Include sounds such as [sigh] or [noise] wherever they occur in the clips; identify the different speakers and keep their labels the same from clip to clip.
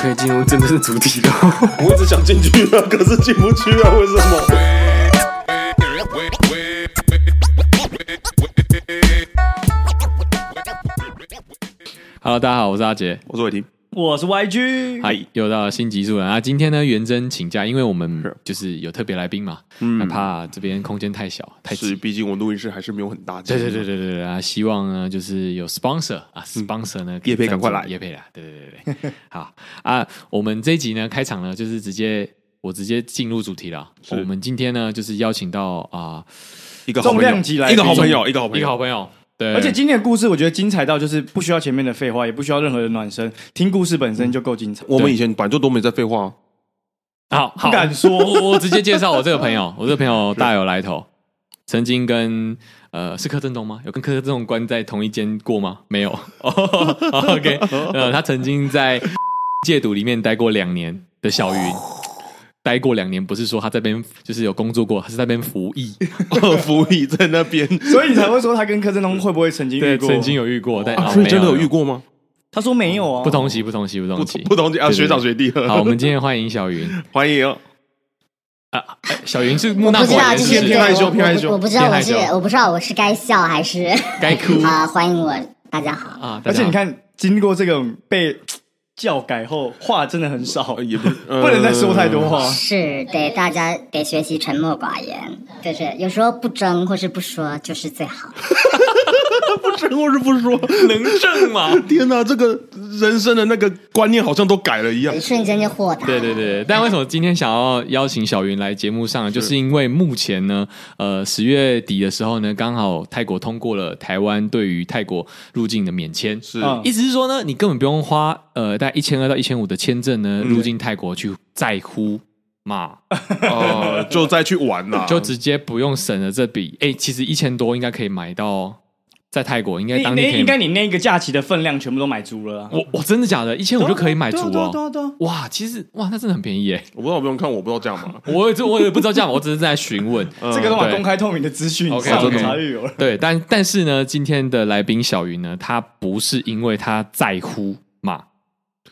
Speaker 1: 可以进入真正的主题了。
Speaker 2: [laughs] 我一直想进去啊，可是进不去啊，为什么？
Speaker 3: Hello，大家好，我是阿杰，
Speaker 2: 我是伟霆，
Speaker 4: 我是 YG，
Speaker 3: 嗨，又到了新集数了啊！今天呢，元真请假，因为我们
Speaker 2: 是
Speaker 3: 就是有特别来宾嘛，
Speaker 2: 嗯
Speaker 3: 嗯，怕这边空间太小太
Speaker 2: 是，
Speaker 3: 挤。
Speaker 2: 毕竟我录音室还是没有很大。
Speaker 3: 对对对，对对对啊！希望呢，就是有 sponsor 啊，sponsor 呢，
Speaker 2: 业配赶快来
Speaker 3: 叶配啦！对对对对，好啊！我们这一集呢，开场呢，就是直接我直接进入主题了。
Speaker 2: 是
Speaker 3: 我们今天呢，就是邀请到啊、
Speaker 2: 一个好朋友
Speaker 4: 重量级来
Speaker 2: 一
Speaker 4: 宾
Speaker 2: 个好朋友，一个好朋
Speaker 3: 一个
Speaker 2: 友，
Speaker 3: 好朋友，对，
Speaker 4: 而且今天的故事我觉得精彩到就是不需要前面的废话，也不需要任何的暖身，听故事本身就够精彩。
Speaker 2: 我们以前本来就都没在废话啊，
Speaker 3: 好好
Speaker 4: 不敢说
Speaker 3: 我我直接介绍我这个朋友，我这个朋友大有来头，曾经跟呃是柯震东吗？有跟柯震东关在同一间过吗？没有。哦 OK，呃，他曾经在戒赌里面待过两年的小云。待过两年，不是说他这边就是有工作过，他是在那边服役，
Speaker 2: 服役在那边，
Speaker 3: [laughs]
Speaker 4: 所以你才会说他跟柯震东会不会曾经遇
Speaker 3: 对，
Speaker 4: 过？
Speaker 3: 曾经有遇过，但、
Speaker 2: 啊
Speaker 3: 啊
Speaker 2: 所以真的
Speaker 3: 没
Speaker 2: 有遇过吗？
Speaker 4: 他说没有啊，
Speaker 3: 不同席，不同席，不同
Speaker 2: 不
Speaker 3: 席。
Speaker 2: 不同啊，
Speaker 3: 对对对
Speaker 2: 学长学弟，
Speaker 3: 好，我们今天欢迎小云。
Speaker 2: 欢迎哦。
Speaker 3: 哎小云是木讷
Speaker 5: 不知
Speaker 3: 果
Speaker 5: 道，
Speaker 3: 园，
Speaker 5: 就是
Speaker 3: 不
Speaker 5: 是
Speaker 2: 偏
Speaker 3: 是
Speaker 5: 对
Speaker 2: 害羞
Speaker 5: 我
Speaker 2: 偏害羞
Speaker 5: 我我不知道我是
Speaker 3: 偏害羞
Speaker 5: 我不知道我是该笑还是
Speaker 2: [laughs]
Speaker 3: 该哭
Speaker 5: 啊、欢迎我，大家好。
Speaker 3: 啊？大家
Speaker 4: 而且
Speaker 3: 好
Speaker 4: 你看，经过这种被教改后，话真的很少
Speaker 2: 呃，也不
Speaker 4: 不
Speaker 2: 不
Speaker 4: 能再说太多话。
Speaker 5: 是对大家得学习沉默寡言，就是有时候不争或是不说就是最好。
Speaker 2: [laughs] 不是，我是不说。
Speaker 3: 能正吗？
Speaker 2: 天哪，这个人生的那个观念好像都改了一样
Speaker 5: 一。瞬间就豁达。
Speaker 3: 对对
Speaker 4: 哦
Speaker 3: 对，但为什么今天想要邀请小云来节目上，就是因为目前呢，呃，十月底的时候呢，刚好泰国通过了台湾对于泰国入境的免签，
Speaker 2: 是
Speaker 4: 嗯
Speaker 3: 意思是说呢，你根本不用花呃大概一千二到一千五的签证呢，
Speaker 2: 嗯
Speaker 3: 入境泰国去在乎嘛，
Speaker 4: 嗯
Speaker 2: 呃，就再去玩啦。
Speaker 3: [laughs] 就直接不用省了这笔，哎，其实一千多应该可以买到，在泰国应该
Speaker 4: 你
Speaker 3: 当地
Speaker 4: 那
Speaker 3: 可
Speaker 4: 应
Speaker 3: 以
Speaker 4: 该
Speaker 3: 买，
Speaker 4: 你那个假期的分量全部都买足了啊，
Speaker 3: 我我真的假的，一千五就可以买足
Speaker 4: 对啊对啊对
Speaker 3: 哦，
Speaker 4: 啊对啊
Speaker 3: 哇，其实哇，那真的很便宜耶，
Speaker 2: 我不知道，不用看，我不知道这样嘛。
Speaker 3: 我也我也不知道价码，我只是在询
Speaker 4: [laughs]
Speaker 3: 问。
Speaker 2: 嗯
Speaker 4: 这个都把
Speaker 3: 对
Speaker 4: 公开透明的资讯
Speaker 3: OK，
Speaker 4: 上网
Speaker 3: OK
Speaker 4: 查就有了。
Speaker 3: 对，但但是呢，今天的来宾小云呢，她不是因为她在乎嘛，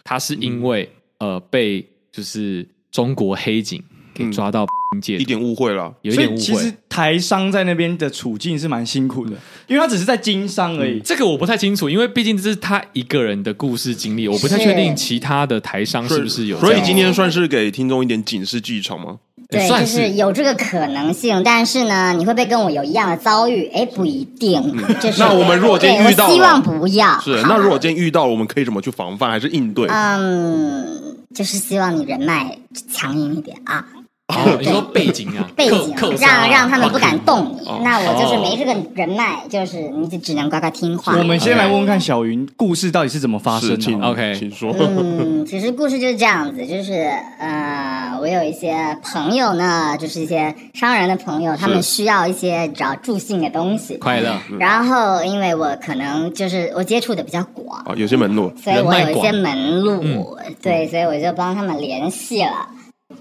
Speaker 3: 她是
Speaker 4: 嗯
Speaker 3: 因为、呃被就是中国黑警给抓到界
Speaker 2: 一
Speaker 3: 的，
Speaker 2: 点误会了。
Speaker 3: 有一
Speaker 4: 嗯所
Speaker 3: 点
Speaker 4: 以
Speaker 3: 误
Speaker 4: 其实
Speaker 3: 会。
Speaker 4: 台商在那边的处境是蛮辛苦的，因为他只是在经商而已。
Speaker 3: 这个我不太清楚，因为毕竟这是她一个人的故事经历，我不太
Speaker 5: 是
Speaker 3: 确定其他的台商是不是有这
Speaker 2: 所
Speaker 3: 样。
Speaker 2: 以今天算是给听众一点警示剧场吗？
Speaker 3: 也
Speaker 5: 对，
Speaker 3: 算
Speaker 5: 就是是有这个可能性，但是呢，你会不会跟我有一样的遭遇？哎，不一定。就
Speaker 2: 嗯
Speaker 5: 是
Speaker 2: 那我们如果今天
Speaker 5: 对
Speaker 2: 遇到了
Speaker 5: 我希望不要。
Speaker 2: 是。
Speaker 5: 好
Speaker 2: 那如果今天遇到了，我们可以怎么去防范，还是应
Speaker 5: 啊
Speaker 2: 对？
Speaker 5: 嗯，就是希望你人脉强硬一点啊，
Speaker 3: 哦，你说背景啊，
Speaker 5: 背景
Speaker 3: 客客商啊
Speaker 5: 让让他们不敢
Speaker 3: 哇
Speaker 5: 动你。
Speaker 2: 哦
Speaker 5: 那我就是没这个人脉，就是你就只能乖乖听话。
Speaker 4: 我们先来问问看小云故事到底是怎么发
Speaker 2: 啊是，
Speaker 4: 生
Speaker 2: 请
Speaker 4: 的。哦
Speaker 3: OK
Speaker 2: 请说。
Speaker 5: 嗯，其实故事就是这样子，就是呃，我有一些朋友呢，就是一些商人的朋友，他们需要一些你知道助兴的东西。
Speaker 3: 快乐。
Speaker 5: 然后，因为我可能就是我接触的比较广，
Speaker 2: 啊，有些门路
Speaker 5: 所以我有一些
Speaker 3: 人
Speaker 5: 门路，对，所以我就帮他们联系了。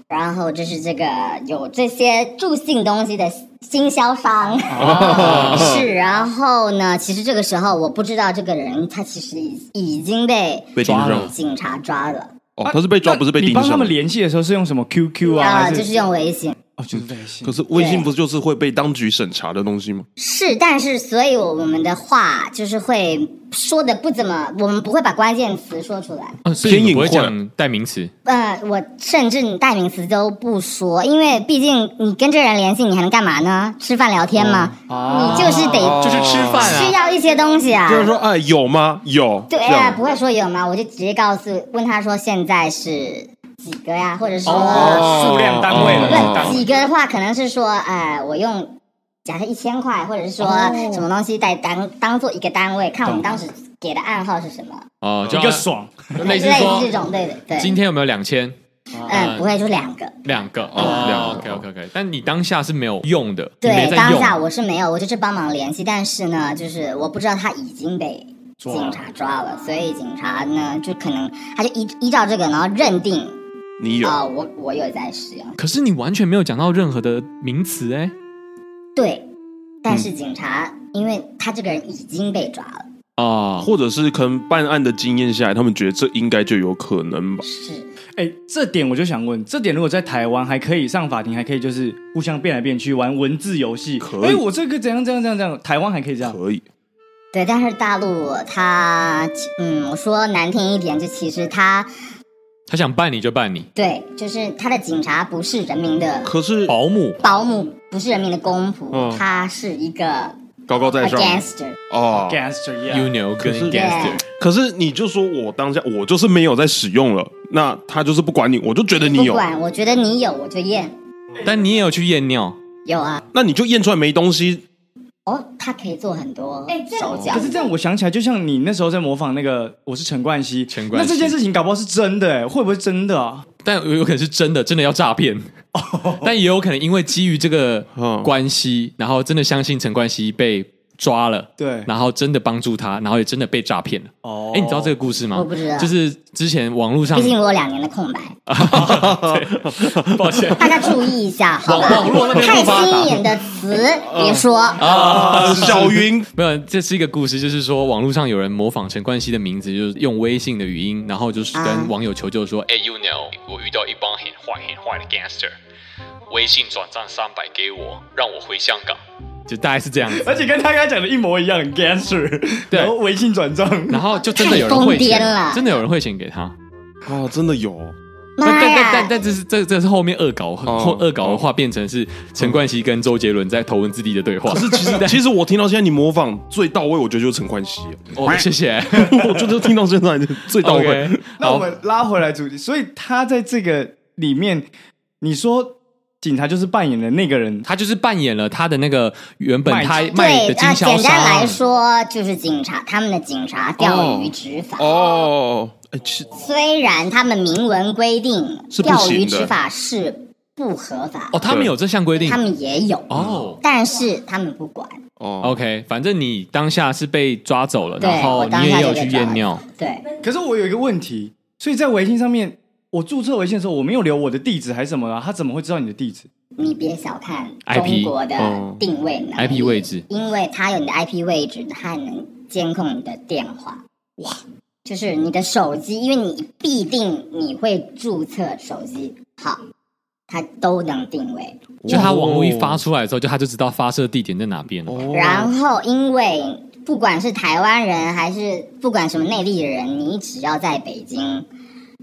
Speaker 5: 然后就是这个有这些助兴东西的经销商， [laughs] 是。然后呢，其实这个时候我不知道这个人他其实已已经被
Speaker 2: 被盯
Speaker 3: 抓
Speaker 2: 上
Speaker 3: 了
Speaker 2: 了
Speaker 5: 警察抓了。
Speaker 2: 哦，他是被抓，
Speaker 4: 那
Speaker 2: 不是被
Speaker 4: 你
Speaker 2: 盯
Speaker 4: 帮他
Speaker 2: 上
Speaker 4: 们。联系的时候是用什么 QQ 啊？
Speaker 5: 啊，
Speaker 4: 还
Speaker 5: 就是用微信。
Speaker 4: 哦，就是微信
Speaker 2: 可。是微信
Speaker 5: 对
Speaker 2: 不就是会被当局审查的东西吗？
Speaker 5: 是，但是所以我我们的话就是会说的不怎么，我们不会把关键词说出来。
Speaker 3: 哦，所以你不会
Speaker 2: 偏隐
Speaker 3: 讲代名词，
Speaker 5: 呃，我甚至你代名词都不说，因为毕竟你跟这人联系，你还能干嘛呢？吃饭聊天吗？
Speaker 4: 哦
Speaker 5: 你就是得、
Speaker 2: 哦就是吃饭
Speaker 5: 需要一些东西啊。
Speaker 2: 就是说，哎，有吗？有，
Speaker 5: 对
Speaker 2: 这
Speaker 5: 啊，
Speaker 2: 样
Speaker 5: 不会说有吗？我就直接告诉问他说现在是几个呀，或者说、
Speaker 4: 哦，数量单位了，
Speaker 2: 哦
Speaker 4: 数量单
Speaker 5: 问
Speaker 4: 位
Speaker 5: 几个的话，可能是说，呃，我用假设一千块，或者是说
Speaker 2: 哦
Speaker 5: 什么东西在当当做一个单位，看我们当时给的暗号是什么，
Speaker 3: 哦，就
Speaker 2: 啊
Speaker 4: 一个爽，
Speaker 3: 类似
Speaker 5: 类
Speaker 3: 说
Speaker 5: 似这种，对对
Speaker 3: 今
Speaker 5: 对，
Speaker 3: 天有没有两千？
Speaker 5: 嗯，
Speaker 2: 呃
Speaker 5: 不会就两个，
Speaker 3: 两个
Speaker 2: 哦两
Speaker 3: 哦
Speaker 2: 个
Speaker 3: ，OK OK OK，但你当下是没有用的，你没
Speaker 5: 对，
Speaker 3: 在
Speaker 5: 当
Speaker 3: 用
Speaker 5: 下我是没有，我就是帮忙联系，但是呢，就是我不知道他已经被警察抓了，所以警察呢就可能他就依依照这个，然后认定
Speaker 2: 你有
Speaker 5: 啊、我我有在使用，
Speaker 3: 可是你完全没有讲到任何的名词哎、
Speaker 5: 对，但是警察、因为他这个人已经被抓了。
Speaker 3: 啊，
Speaker 2: 或者是可能办案的经验下来，他们觉得这应该就有可能吧。
Speaker 5: 是
Speaker 4: 哎，这点我就想问，这点如果在台湾还可以上法庭，还可以就是互相变来变去玩文字游戏
Speaker 2: 可。以
Speaker 4: 哎，我这个怎样怎样怎样怎样，台湾还可以这样。
Speaker 2: 可以，
Speaker 5: 对，但是大陆他，嗯，我说难听一点，就其实他
Speaker 3: 他想办你就办你，
Speaker 5: 对，就是他的警察不是人民的
Speaker 2: 可是
Speaker 3: 保姆
Speaker 5: 保姆，不是人民的公仆，
Speaker 2: 嗯
Speaker 5: 他是一个
Speaker 2: 高高在上
Speaker 5: gangster。
Speaker 2: 哦。
Speaker 4: Gangster
Speaker 3: you
Speaker 4: yeah，
Speaker 3: know 跟
Speaker 2: 可是
Speaker 3: gangster，
Speaker 2: 可是你就说我当下我就是没有在使用了，那他就是不管你，我就觉得你
Speaker 5: 不
Speaker 2: 有，
Speaker 5: 管，我觉得你有我就验，
Speaker 3: 但你也有去验尿，
Speaker 5: 有啊。
Speaker 2: 那你就验出来没东西，
Speaker 5: 哦，他可以做很多
Speaker 3: 哎
Speaker 5: 手脚
Speaker 4: 可。是这样，我想起来，就像你那时候在模仿那个，我是陈冠希，
Speaker 3: 陈冠希
Speaker 4: 那这件事情搞不好是真的，哎，会不会真的啊？
Speaker 3: 但有有可能是真的，真的要诈骗，但也有可能因为基于这个
Speaker 2: 嗯
Speaker 3: 关系，然后真的相信陈冠希被抓了，
Speaker 4: 对
Speaker 3: 然后真的帮助他，然后也真的被诈骗了。
Speaker 4: 哦
Speaker 3: 哎、你知道这个故事吗？
Speaker 5: 我不知道
Speaker 3: 就是之前网络上
Speaker 5: 毕，竟我有两年的空白，
Speaker 3: 啊 [laughs] 抱歉
Speaker 5: 大家注意
Speaker 3: [laughs]
Speaker 5: 一下，好吧？
Speaker 3: 网网络那边
Speaker 5: 太
Speaker 3: 不发达
Speaker 5: 新颖
Speaker 3: [laughs]
Speaker 5: 的词别说，
Speaker 3: 啊，
Speaker 2: 小云
Speaker 3: 没有，这是一个故事，就是说网络上有人模仿陈冠希的名字，就是用微信的语音，然后就是
Speaker 5: 啊
Speaker 3: 跟网友求救说：“哎、y o u know，我遇到一帮很坏很坏的 gangster，微信转账三百给我，让我回香港。”就大概是这样子，
Speaker 4: 而且跟他刚才讲的一模一样，Gangster，
Speaker 3: 对
Speaker 4: 然后微信转 [laughs] 账，
Speaker 3: 然后就真的有人汇
Speaker 5: 太疯癫了
Speaker 3: 钱，真的有人汇钱给他。
Speaker 2: 啊，真的有，
Speaker 5: 妈
Speaker 3: 但但但但
Speaker 5: 呀！
Speaker 3: 但这是这这是后面恶搞后恶搞的话变成是陈冠希跟周杰伦在头文字 D 的对话。
Speaker 2: 哦可是其实其实我听到现在你模仿最到位，我觉得就是陈冠希，
Speaker 3: 哦，谢谢。
Speaker 2: 我觉得听到现在最到
Speaker 3: OK，
Speaker 2: 位。
Speaker 4: 那我
Speaker 3: 好，
Speaker 4: 们拉回来主题，所以他在这个里面，你说警察就是扮演的那个人，
Speaker 3: 他就是扮演了他的那个原本
Speaker 4: 卖
Speaker 3: 他卖
Speaker 5: 对
Speaker 3: 的经
Speaker 5: 啊，
Speaker 3: 销
Speaker 5: 简单
Speaker 3: 商。
Speaker 5: 来说就是警察，他们的警察钓鱼执法。
Speaker 2: 哦，哎，其
Speaker 5: 虽然他们明文规定
Speaker 2: 是不
Speaker 5: 钓
Speaker 2: 行的
Speaker 5: 鱼执法是不合法，
Speaker 3: 哦，他们有这项规定
Speaker 5: 他。们也有
Speaker 3: 哦，
Speaker 5: 但是他们不管。
Speaker 2: 哦，
Speaker 3: OK，反正你当下是被抓走了，
Speaker 5: 对
Speaker 3: 然
Speaker 5: 我
Speaker 3: 后
Speaker 5: 当
Speaker 3: 你
Speaker 5: 下
Speaker 3: 也
Speaker 5: 就
Speaker 3: 有
Speaker 5: 被
Speaker 3: 去
Speaker 5: 抓
Speaker 3: 验
Speaker 5: 了
Speaker 3: 尿。
Speaker 5: 对，
Speaker 4: 可是我有一个问题，所以在微信上面，我注册微信的时候，我没有留我的地址还是什么啊？他怎么会知道你的地址？
Speaker 5: 你别小看
Speaker 3: IP
Speaker 5: 中国的
Speaker 2: 哦
Speaker 5: 定位能力
Speaker 3: IP 位置
Speaker 5: 因为它有你的 IP 位置，它还能监控你的电话。哇！就是你的手机，因为你必定你会注册手机号，它都能定位。
Speaker 3: 就他网络一发出来之后，就他就知道发射地点在哪边了。
Speaker 5: 哦
Speaker 2: 哦
Speaker 5: 然后，因为不管是台湾人还是不管什么内地人，你只要在北京，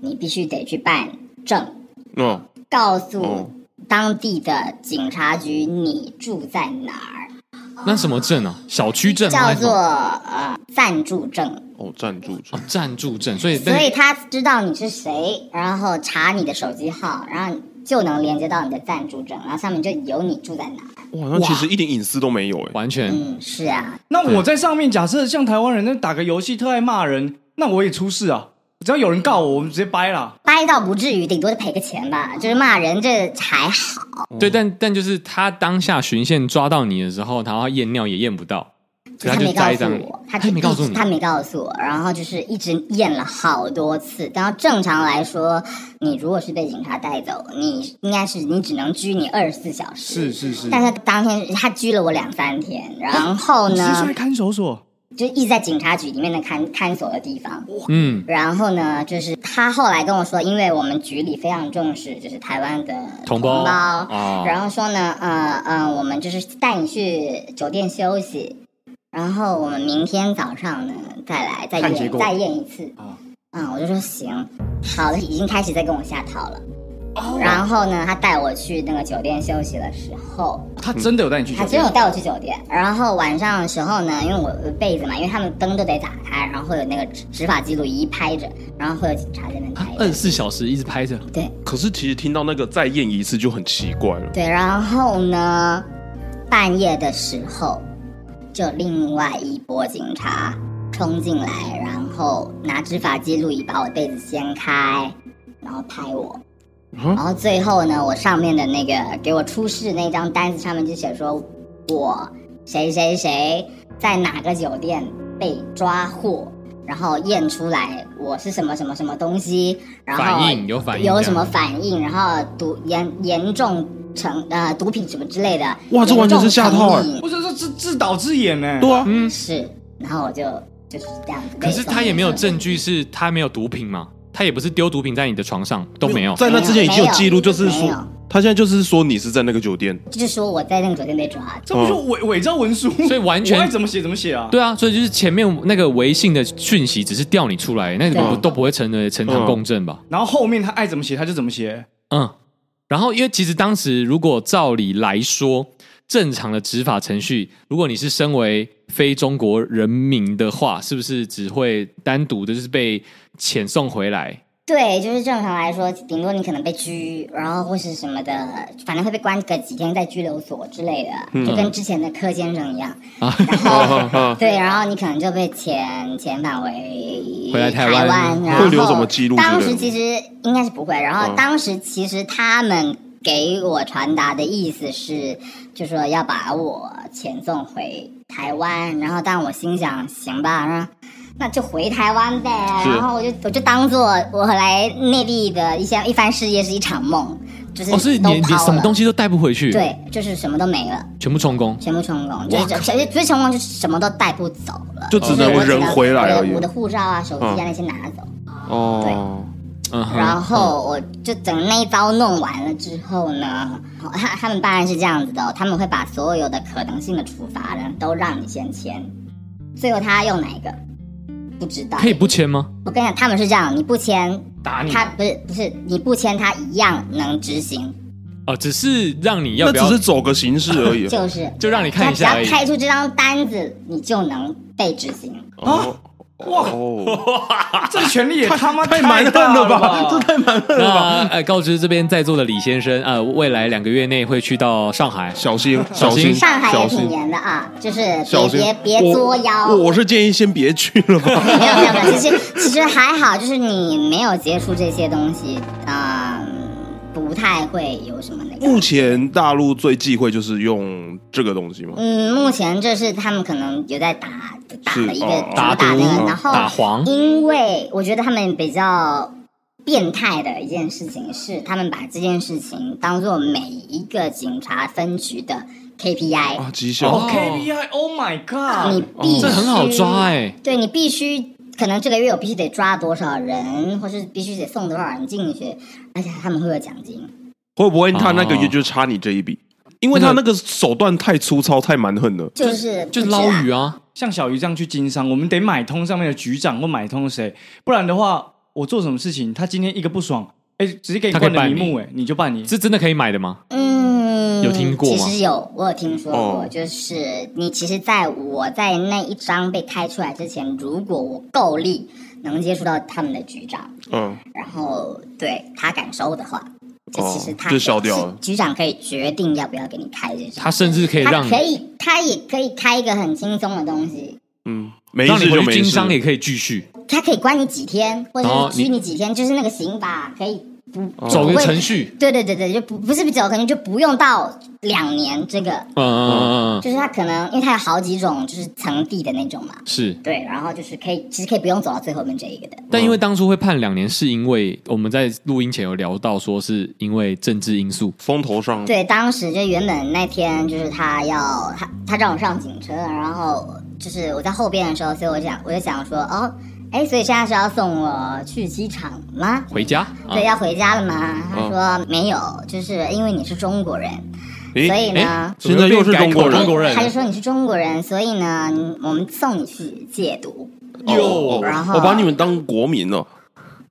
Speaker 5: 你必须得去办证，
Speaker 2: 嗯，
Speaker 5: 告诉
Speaker 2: 哦
Speaker 5: 当地的警察局你住在哪儿。
Speaker 3: 那什么证啊？小区证吗
Speaker 5: 叫
Speaker 3: 还是什
Speaker 5: 做
Speaker 3: 么
Speaker 5: 呃暂住证，
Speaker 2: 哦，赞助
Speaker 3: 哦暂住证，所以
Speaker 5: 所
Speaker 3: 但
Speaker 5: 以他知道你是谁，然后查你的手机号，然后就能连接到你的暂住证，然后上面就有你住在哪。
Speaker 2: 哇，那其实一点隐私都没有哎，
Speaker 3: 完全
Speaker 5: 嗯，是啊，
Speaker 4: 那我在上面假设像台湾人那打个游戏特爱骂人，那我也出事啊！只要有人告我，我们直接掰啦。
Speaker 5: 掰到不至于，顶多就赔个钱吧，就是骂人这还好。
Speaker 3: 对，但但就是他当下巡线抓到你的时候，然后验尿也验不到，所以
Speaker 5: 他
Speaker 3: 就
Speaker 5: 没
Speaker 3: 栽
Speaker 5: 告
Speaker 3: 赃
Speaker 5: 诉
Speaker 3: 你
Speaker 5: 我，
Speaker 3: 他
Speaker 5: 就
Speaker 3: 也没告诉
Speaker 5: 一
Speaker 3: 你，
Speaker 5: 他没告诉我，然后就是一直验了好多次。然后正常来说，你如果是被警察带走，你应该是你只能拘你二十四小时。
Speaker 4: 是是是，
Speaker 5: 但是他当天他拘了我两三天，然后
Speaker 4: 你
Speaker 5: 呢？
Speaker 4: 是说在看守所？
Speaker 5: 就一直在警察局里面的看看守的地方。
Speaker 3: 嗯，
Speaker 5: 然后呢，就是他后来跟我说，因为我们局里非常重视就是台湾的
Speaker 3: 同胞哦
Speaker 5: 然后说呢，呃呃，我们就是带你去酒店休息，然后我们明天早上呢再来再
Speaker 4: 看结
Speaker 5: 验
Speaker 4: 果
Speaker 5: 再验一次。
Speaker 4: 哦
Speaker 5: 嗯，我就说行，好的，已经开始在跟我下套了。
Speaker 4: 哦
Speaker 5: 然后呢，他带我去那个酒店休息的时候，
Speaker 4: 他真的有带你去
Speaker 5: 他
Speaker 4: 酒
Speaker 5: 真
Speaker 4: 店
Speaker 5: 有？带我去酒店，然后晚上的时候呢，因为我有被子嘛，因为他们灯都得打开，然后会有那个执执法记录仪拍着，然后会有警察在那边
Speaker 3: 他
Speaker 4: 啊
Speaker 5: 拍
Speaker 3: 二
Speaker 5: 着
Speaker 3: 十。四小时一直拍着，
Speaker 5: 对
Speaker 2: 可是其实听到那个再验一次就很奇怪了，
Speaker 5: 对，然后呢，半夜的时候，就另外一波警察冲进来，然后拿执法记录仪把我被子掀开，然后拍我。
Speaker 3: 啊
Speaker 5: 然后最后呢，我上面的那个给我出示那张单子上面就写说，我谁谁谁在哪个酒店被抓获，然后验出来我是什么什么什么东西，然后
Speaker 3: 反应有反应
Speaker 5: 有
Speaker 3: 这
Speaker 5: 什
Speaker 3: 样
Speaker 5: 么反应，然后毒严严重成呃毒品什么之类的，
Speaker 2: 哇这完全是下套哎
Speaker 5: 严重成瘾
Speaker 4: 不是说自自导自演呢、
Speaker 2: 对啊，
Speaker 5: 是，然后我就就是这样子。
Speaker 3: 可是他也没有证据是他没有毒品嘛，他也不是丢毒品在你的床上都没有。
Speaker 2: 在那之前已经有记录，
Speaker 5: 没有
Speaker 2: 就是
Speaker 5: 没
Speaker 2: 说
Speaker 5: 有
Speaker 2: 他现在就是说你是在那个酒店，
Speaker 5: 就是说我在那个酒店被抓，
Speaker 4: 这不就伪伪造文书？
Speaker 3: 所以完全
Speaker 4: 我爱怎么写怎么写啊。
Speaker 3: 对啊，所以就是前面那个微信的讯息只是调你出来，那个不
Speaker 5: 对
Speaker 3: 都不会成为呈堂公证吧？
Speaker 4: 然后后面他爱怎么写他就怎么写，
Speaker 3: 嗯，然后因为其实当时如果照理来说，正常的执法程序，如果你是身为非中国人民的话，是不是只会单独的就是被遣送回来？
Speaker 5: 对，就是正常来说，顶多你可能被拘，然后或是什么的，反正会被关个几天在拘留所之类
Speaker 2: 嗯
Speaker 5: 的，就跟之前的柯先生一样。
Speaker 3: 啊
Speaker 5: 然
Speaker 2: 哦
Speaker 5: 后对，然后你可能就被遣遣返回
Speaker 3: 回来台
Speaker 5: 台
Speaker 3: 湾
Speaker 5: 然后
Speaker 2: 会留什么记录之类的哦
Speaker 5: 当时其实应该是不会。然后当时其实他们给我传达的意思是，就说要把我遣送回台湾。然后但我心想，行吧，然后那就回台湾呗。
Speaker 2: 是
Speaker 5: 然后我就我就当做我来内地的一些一番事业是一场梦，就是
Speaker 3: 哦，是
Speaker 5: 都
Speaker 3: 你你
Speaker 5: 抛
Speaker 3: 什么
Speaker 5: 了
Speaker 3: 东西都带不回去，，
Speaker 5: 对，就是什么都没了，
Speaker 3: 全部充公。
Speaker 5: 全部充公，就是这不是不是充公，就是什么都带不走了，
Speaker 2: 就只能
Speaker 5: 就是我
Speaker 2: 人回来而已
Speaker 5: 我的我的护照啊、手机啊那些拿走，
Speaker 2: 哦，
Speaker 3: 嗯
Speaker 5: 然
Speaker 3: 哼，
Speaker 5: 后我就等那一招弄完了之后呢，他他们办案是这样子的哦、他们会把所有的可能性的处罚呢都让你先签，最后他用哪一个不知道，
Speaker 3: 可以不签吗？
Speaker 5: 我跟你讲，他们是这样，你不签，
Speaker 4: 打你。
Speaker 5: 他不是不是你不签，他一样能执行，
Speaker 3: 哦，只是让你要
Speaker 2: 那
Speaker 3: 不要
Speaker 2: 只是走个形式而
Speaker 5: [laughs]
Speaker 2: 已。
Speaker 5: 就是
Speaker 3: 就让你看
Speaker 5: 他
Speaker 3: 一
Speaker 5: 只
Speaker 3: 下
Speaker 5: 要
Speaker 3: 而已。
Speaker 2: [laughs]
Speaker 5: 开出这张单子，你就能被执行。
Speaker 2: 哦
Speaker 4: 哇
Speaker 2: 哦，
Speaker 3: 啊
Speaker 4: 这个权力也他妈
Speaker 2: 太蛮
Speaker 4: 大
Speaker 2: 横了
Speaker 4: 吧！
Speaker 2: 吧，这太蛮横了吧，
Speaker 3: 那呃，告知这边在座的李先生，呃，未来两个月内会去到上海。
Speaker 2: 小心
Speaker 3: 小
Speaker 2: 小
Speaker 3: 心
Speaker 2: 心
Speaker 5: 上海也
Speaker 2: 小
Speaker 5: 挺
Speaker 2: 心
Speaker 5: 严的啊，就是
Speaker 2: 小
Speaker 5: 别
Speaker 2: 心
Speaker 5: 别，别作妖。
Speaker 2: 我我是建议先别去了吧。
Speaker 5: [laughs] 没有没有没有，其实其实还好，就是你没有接触这些东西，嗯，不太会有什么那
Speaker 2: 目
Speaker 5: 个。
Speaker 2: 前大陆最忌讳就是用这个东西嘛，
Speaker 5: 嗯，目前这是他们可能有在打打
Speaker 2: 是
Speaker 5: 的一个
Speaker 2: 哦
Speaker 5: 主
Speaker 3: 打
Speaker 5: 打
Speaker 3: 赌嗯
Speaker 5: 那个，然后
Speaker 3: 打黄
Speaker 5: 因为我觉得他们比较变态的一件事情是，他们把这件事情当做每一个警察分局的 KPI，、
Speaker 2: 啊，绩
Speaker 3: 哦
Speaker 2: 效
Speaker 4: KPI。Oh my god！
Speaker 5: 你必须、
Speaker 3: 这很好抓哎、
Speaker 5: 对你必须可能这个月我必须得抓多少人，或是必须得送多少人进去，而且他们会有奖金。
Speaker 2: 会不会他那个
Speaker 3: 哦
Speaker 2: 月就差你这一笔？因为他那个手段太粗糙、太蛮横了。
Speaker 5: 就是
Speaker 3: 就是捞鱼
Speaker 5: 啊，
Speaker 3: 啊，
Speaker 4: 像小鱼这样去经商，我们得买通上面的局长或买通谁，不然的话，我做什么事情，他今天一个不爽，哎，直接给你
Speaker 3: 他可以
Speaker 4: 灌了
Speaker 3: 办
Speaker 4: 名
Speaker 3: 你
Speaker 4: 目，哎，你就办你。
Speaker 3: 这真的可以买的吗？
Speaker 5: 嗯，
Speaker 3: 有听过吗
Speaker 5: 其实有，我有听说过，
Speaker 2: 哦
Speaker 5: 就是你其实在我在那一张被开出来之前，如果我够力能接触到他们的局长，
Speaker 2: 嗯，
Speaker 5: 然后对他敢收的话。就
Speaker 2: 哦
Speaker 5: 其实他
Speaker 2: 就消掉了
Speaker 5: 局长可以决定要不要给你开这张，
Speaker 3: 他甚至可以
Speaker 5: 他
Speaker 3: 让你
Speaker 5: 可以，他也可以开一个很轻松的东西，
Speaker 2: 没
Speaker 3: 让你
Speaker 2: 事就
Speaker 3: 回去
Speaker 2: 没
Speaker 3: 经
Speaker 2: 事
Speaker 3: 商。也可以继续
Speaker 5: 他可以关你几天，或者
Speaker 3: 然后
Speaker 5: 是拘
Speaker 3: 你
Speaker 5: 你几天，就是那个刑法可以不
Speaker 2: 哦
Speaker 3: 走个
Speaker 5: 不会
Speaker 3: 程序。
Speaker 5: 对对对对，就不不是走，可能就不用到两年这个，
Speaker 3: 嗯嗯
Speaker 2: [laughs]
Speaker 3: 嗯嗯，
Speaker 5: 就是他可能因为他有好几种就是层递的那种嘛，
Speaker 3: 是。
Speaker 5: 对，然后就是可以其实可以不用走到最后面这一个的，
Speaker 3: 但因为当初会判两年，是因为我们在录音前有聊到，说是因为政治因素。
Speaker 2: 风头上，
Speaker 5: 对，当时就原本那天就是他要他他让我上警车，然后就是我在后边的时候，所以我就想我就想说哦，哎，所以现在是要送我去机场吗？
Speaker 3: 回家啊
Speaker 5: 对，，要回家了吗？他说没有，就是因为你是中国人，
Speaker 2: 啊诶
Speaker 5: 所以呢哎
Speaker 3: 哎，
Speaker 2: 现在又是中国
Speaker 3: 怎么又变改口中
Speaker 2: 人
Speaker 3: 国人
Speaker 5: 他就说你是中国人，所以呢，我们送你去戒毒。
Speaker 2: 哟，
Speaker 5: 哦然后
Speaker 2: 我把你们当国民了。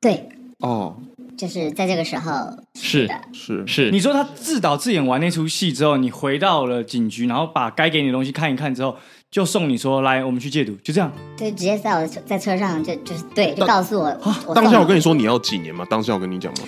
Speaker 5: 对，
Speaker 2: 哦，
Speaker 5: 就是在这个时候，
Speaker 3: 是
Speaker 2: 是
Speaker 3: 是
Speaker 4: 你，说他自导自演完那出戏之后，你回到了警局，然后把该给你的东西看一看之后，就送你说来，我们去戒毒，就这样。
Speaker 5: 就直接在我的车在车上就就是对，就告诉我，
Speaker 4: 啊
Speaker 5: 我
Speaker 2: 当下我跟
Speaker 5: 你，
Speaker 2: 你说你要几年嘛？当下我跟你讲嘛，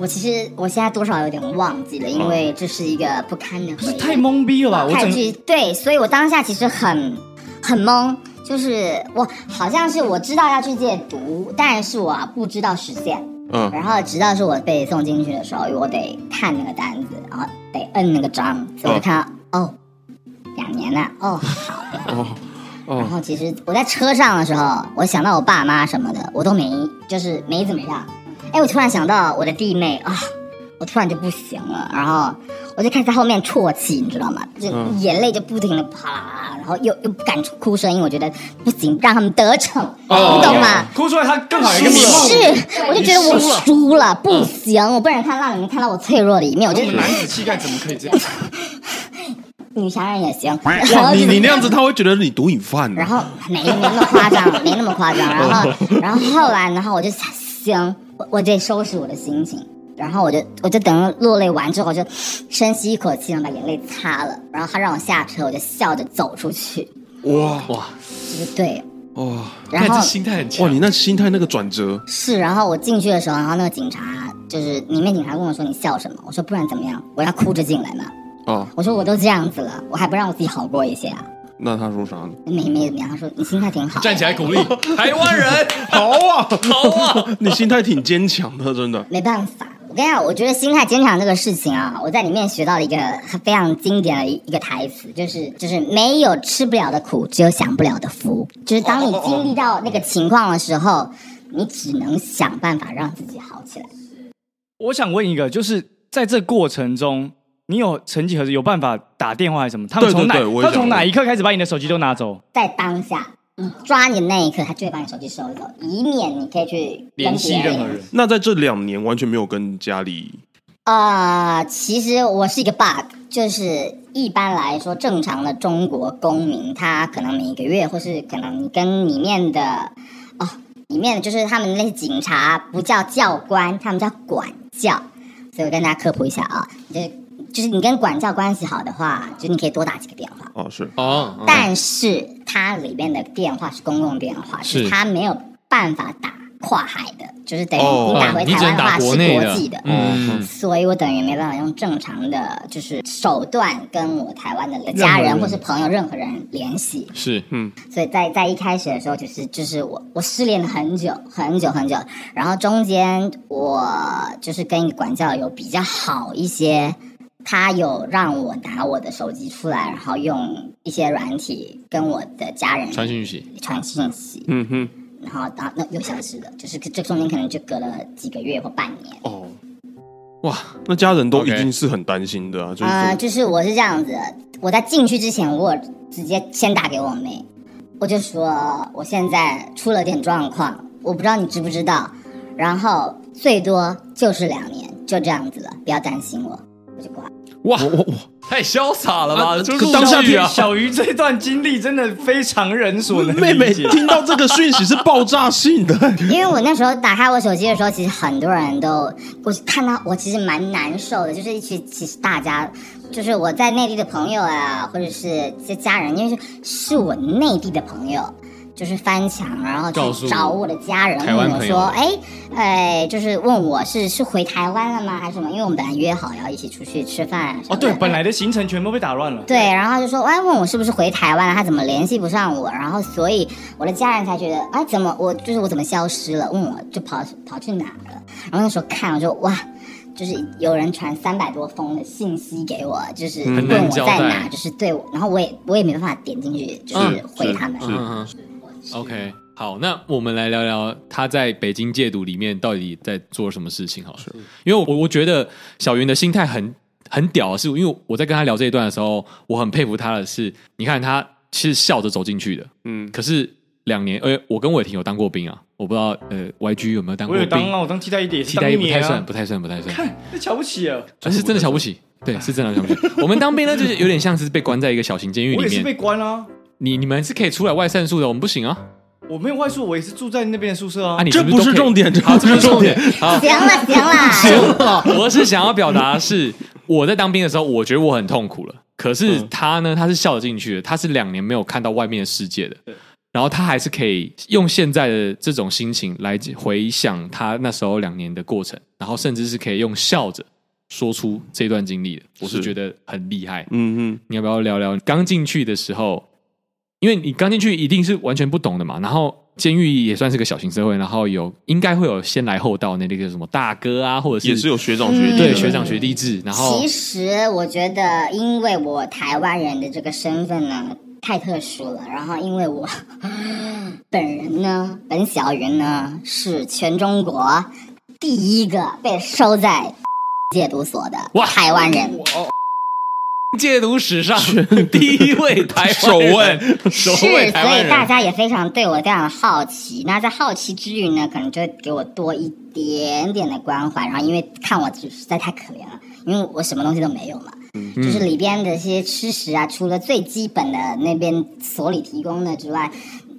Speaker 5: 我其实我现在多少有点忘记了，因为这是一个不堪的
Speaker 4: 啊不是
Speaker 5: 回忆，
Speaker 4: 太懵逼了吧？我
Speaker 5: 太
Speaker 4: 整
Speaker 5: 剧对，所以我当下其实很很懵，就是我好像是我知道要去戒毒，但是我不知道实现。
Speaker 2: 嗯，
Speaker 5: 然后直到是我被送进去的时候，我得看那个单子，然后得摁那个章，所以我就看到哦，两年了，哦好。
Speaker 2: 嗯哦
Speaker 5: 然后其实我在车上的时候，我想到我爸妈什么的，我都没就是没怎么样。哎，我突然想到我的弟妹啊，我突然就不行了，然后我就开始在后面啜泣，你知道吗？就
Speaker 2: 嗯
Speaker 5: 眼泪就不停的啪啦啦，然后又又不敢哭声音，因为我觉得不行，让他们得逞，
Speaker 2: 哦
Speaker 5: 你懂吗？
Speaker 4: 哦哭出来他更好有一个
Speaker 5: 是
Speaker 4: 迷梦。，
Speaker 5: 我就觉得我输了，
Speaker 2: 嗯
Speaker 5: 不行，我不忍看让你们看到我脆弱的一面，我觉
Speaker 4: 我们
Speaker 5: 得
Speaker 4: 男子气概怎么可以这样？
Speaker 5: 女强人也行。然
Speaker 2: 哇，
Speaker 5: 后
Speaker 2: 你
Speaker 5: 就是
Speaker 2: 你那样子，他会觉得你毒瘾犯。
Speaker 5: [laughs] 然后没没那么夸张，没那么夸张。然
Speaker 2: [laughs]
Speaker 5: 后，然后后来，然后我就想，行，我我得收拾我的心情。然后我就我就等落泪完之后，我就深吸一口气，然后把眼泪擦了。然后他让我下车，我就笑着走出去。
Speaker 2: 哇
Speaker 3: 哇
Speaker 5: 就是对，
Speaker 2: 哇
Speaker 5: 然
Speaker 3: 看
Speaker 5: 后
Speaker 3: 这心态很强
Speaker 2: 哇，你那心态那个转折，
Speaker 5: 是，然后我进去的时候，然后那个警察就是里面警察跟我说你笑什么？我说不然怎么样？我要哭着进来嘛。
Speaker 2: 哦，
Speaker 5: 我说我都这样子了，我还不让我自己好过一些啊？
Speaker 2: 那他说啥呢？
Speaker 5: 没没怎么样，他说你心态挺好。
Speaker 3: 站起来鼓
Speaker 5: [laughs]
Speaker 3: 励台湾人，
Speaker 2: 好啊，
Speaker 3: 好啊！
Speaker 2: 你心态挺坚强的，真的。
Speaker 5: 没办法，我跟你讲，我觉得心态坚强这个事情啊，我在里面学到了一个非常经典的一个台词，就是就是没有吃不了的苦，只有享不了的福。就是当
Speaker 4: 哦
Speaker 5: 你经历到那个情况的时候，你只能想办法让自己好起来。
Speaker 4: 我想问一个，就是在这过程中，你有曾几何时有办法打电话还是什么？他们
Speaker 2: 对
Speaker 4: 从哪
Speaker 2: 对对我也
Speaker 4: 他
Speaker 2: 想
Speaker 4: 从哪一刻开始把你的手机都拿走？
Speaker 5: 在当下，你抓你的那一刻，他就会把你手机收走，以免你可以去跟
Speaker 4: 联系
Speaker 5: 别
Speaker 4: 任何人。
Speaker 2: 那在这两年完全没有跟家里
Speaker 5: 呃，其实我是一个 bug，就是一般来说，正常的中国公民，他可能每个月或是可能你跟里面的哦，里面就是他们那些警察不叫教官，他们叫管教，所以我跟大家科普一下啊，就是就是你跟管教关系好的话，就是你可以多打几个电话。
Speaker 2: 哦是
Speaker 3: [laughs] 哦，嗯
Speaker 5: 但是它里面的电话是公共电话，
Speaker 3: 是
Speaker 5: 是它没有办法打跨海的，就是等于
Speaker 2: 哦
Speaker 5: 你打回
Speaker 3: 嗯你只
Speaker 5: 台
Speaker 3: 能
Speaker 5: 湾的
Speaker 3: 打
Speaker 5: 话是
Speaker 3: 国内
Speaker 5: 国
Speaker 3: 的
Speaker 5: 际的，
Speaker 3: 嗯
Speaker 5: 所以我等于没办法用正常的就是手段跟我台湾的
Speaker 4: 任
Speaker 5: 家
Speaker 4: 何人
Speaker 5: 人或是朋友任何人联系，
Speaker 3: 是
Speaker 5: 所以在在一开始的时候，就是就是我我失联了很久很久很久，然后中间我就是跟一个管教有比较好一些，他有让我拿我的手机出来，然后用一些软体跟我的家人
Speaker 3: 传讯息，
Speaker 5: 传信息，
Speaker 2: 嗯哼
Speaker 5: 然后到那又消失了，就是这中间可能就隔了几个月或半年。
Speaker 2: 哦，
Speaker 3: 哇，
Speaker 2: 那家人都
Speaker 3: OK
Speaker 2: 一定是很担心的啊，就是
Speaker 5: 啊、
Speaker 2: 说
Speaker 5: 就是我是这样子，我在进去之前，我直接先打给我妹，我就说我现在出了点状况，我不知道你知不知道，然后最多就是两年，就这样子了，不要担心我，我就挂了。
Speaker 3: 哇太潇洒了吧！
Speaker 4: 就
Speaker 3: 陆续
Speaker 4: 当下
Speaker 3: 啊，
Speaker 4: 小鱼这段经历真的非常人所能
Speaker 2: 妹妹
Speaker 4: 理解。
Speaker 2: 听到这个讯息是爆炸性 [laughs] 的，
Speaker 5: 因为我那时候打开我手机的时候，其实很多人都，我看到我其实蛮难受的，就是其其实大家，就是我在内地的朋友啊，或者是这家人，因为是是我内地的朋友。就是翻墙，然后
Speaker 3: 告诉
Speaker 5: 去找我的家人，
Speaker 3: 台
Speaker 5: 问
Speaker 3: 湾
Speaker 5: 我
Speaker 3: 朋友
Speaker 5: 说：“哎，哎，就是问我是是回台湾了吗，还是什么？因为我们本来约好要一起出去吃饭啊什
Speaker 4: 哦，
Speaker 5: 么
Speaker 4: 对，
Speaker 5: 的
Speaker 4: 本来的行程全部被打乱了。
Speaker 5: 对，然后他就说，哎，问我是不是回台湾了，他怎么联系不上我？然后所以我的家人才觉得，哎，怎么我就是我怎么消失了？问我就跑跑去哪儿了？然后那时候看，我就哇。就是有人传三百多封的信息给我，就是
Speaker 3: 很
Speaker 5: 问
Speaker 3: 难
Speaker 5: 我
Speaker 3: 交
Speaker 5: 在
Speaker 3: 代
Speaker 5: 哪，就是对我，然后我也我也没办法点进去，就是
Speaker 3: 嗯
Speaker 5: 回他们。
Speaker 2: 是
Speaker 3: 嗯嗯，OK，好，那我们来聊聊他在北京戒毒里面到底在做什么事情好了，因为我我觉得小云的心态很很屌，是因为我在跟他聊这一段的时候，我很佩服他的是，你看他其实笑着走进去的，
Speaker 2: 嗯，
Speaker 3: 可是两年，呃，我跟伟霆有当过兵啊，我不知道呃 YG 有没有当
Speaker 4: 我
Speaker 3: 过
Speaker 4: 有当
Speaker 3: 兵，
Speaker 4: 啊，我当替代役的也是
Speaker 3: 替
Speaker 4: 当
Speaker 3: 代
Speaker 4: 一
Speaker 3: 役不太
Speaker 4: 年
Speaker 3: 算，
Speaker 4: 啊。
Speaker 3: 不太算，不太算，
Speaker 4: 看，这瞧不起啊！
Speaker 3: 但哎是真的瞧不起。对，是真的瞧不起。 [laughs] 我们当兵呢，就是有点像是被关在一个小型监狱
Speaker 4: 我也
Speaker 3: 里
Speaker 4: 是
Speaker 3: 面。
Speaker 4: 被关啊，
Speaker 3: 你你们是可以出来外散宿的，我们不行啊。
Speaker 4: 我没有外宿，我也是住在那边的宿舍
Speaker 3: 啊，
Speaker 4: 啊。
Speaker 3: 你
Speaker 2: 这
Speaker 3: 是不
Speaker 2: 不
Speaker 3: 是
Speaker 2: 是重
Speaker 3: 点。
Speaker 2: 点，这
Speaker 3: 好，
Speaker 2: 不
Speaker 3: 这是
Speaker 2: 是
Speaker 3: 重
Speaker 2: 重
Speaker 3: 点
Speaker 2: 点。
Speaker 3: 好，
Speaker 5: [laughs] 行了
Speaker 3: [laughs]
Speaker 5: 行了，
Speaker 3: 我是想要表达的是，我在当兵的时候，我觉得我很痛苦了。可是他呢，他是笑进去的，他是两年没有看到外面的世界的，然后他还是可以用现在的这种心情来回想他那时候两年的过程，然后甚至是可以用笑着说出这段经历的。我是
Speaker 2: 是
Speaker 3: 觉得很厉害。
Speaker 2: 嗯嗯，
Speaker 3: 你要不要聊聊刚进去的时候？因为你刚进去一定是完全不懂的嘛，然后监狱也算是个小型社会，然后有应该会有先来后到那那个什么大哥啊，或者是
Speaker 2: 也是有学长学弟的，
Speaker 3: 对学长学弟制，然后
Speaker 5: 其实我觉得，因为我台湾人的这个身份呢太特殊了，然后因为我 [laughs] 本人呢，本小云呢是全中国第一个被收在戒毒所的
Speaker 3: 哇
Speaker 5: 台湾人，
Speaker 3: 戒毒史 [laughs] 上第一位台
Speaker 2: 首
Speaker 3: 湾人，
Speaker 2: 位
Speaker 3: 首
Speaker 5: 是，所
Speaker 3: 位
Speaker 5: 以
Speaker 3: 台湾
Speaker 5: 大
Speaker 3: 人。
Speaker 5: 家也非常对我非常的好奇。那在好奇之余呢，可能就会给我多一点点的关怀。然后因为看我实在太可怜了，因为我什么东西都没有嘛，
Speaker 3: 嗯
Speaker 5: 就是里边的一些吃食啊，除了最基本的那边所里提供的之外，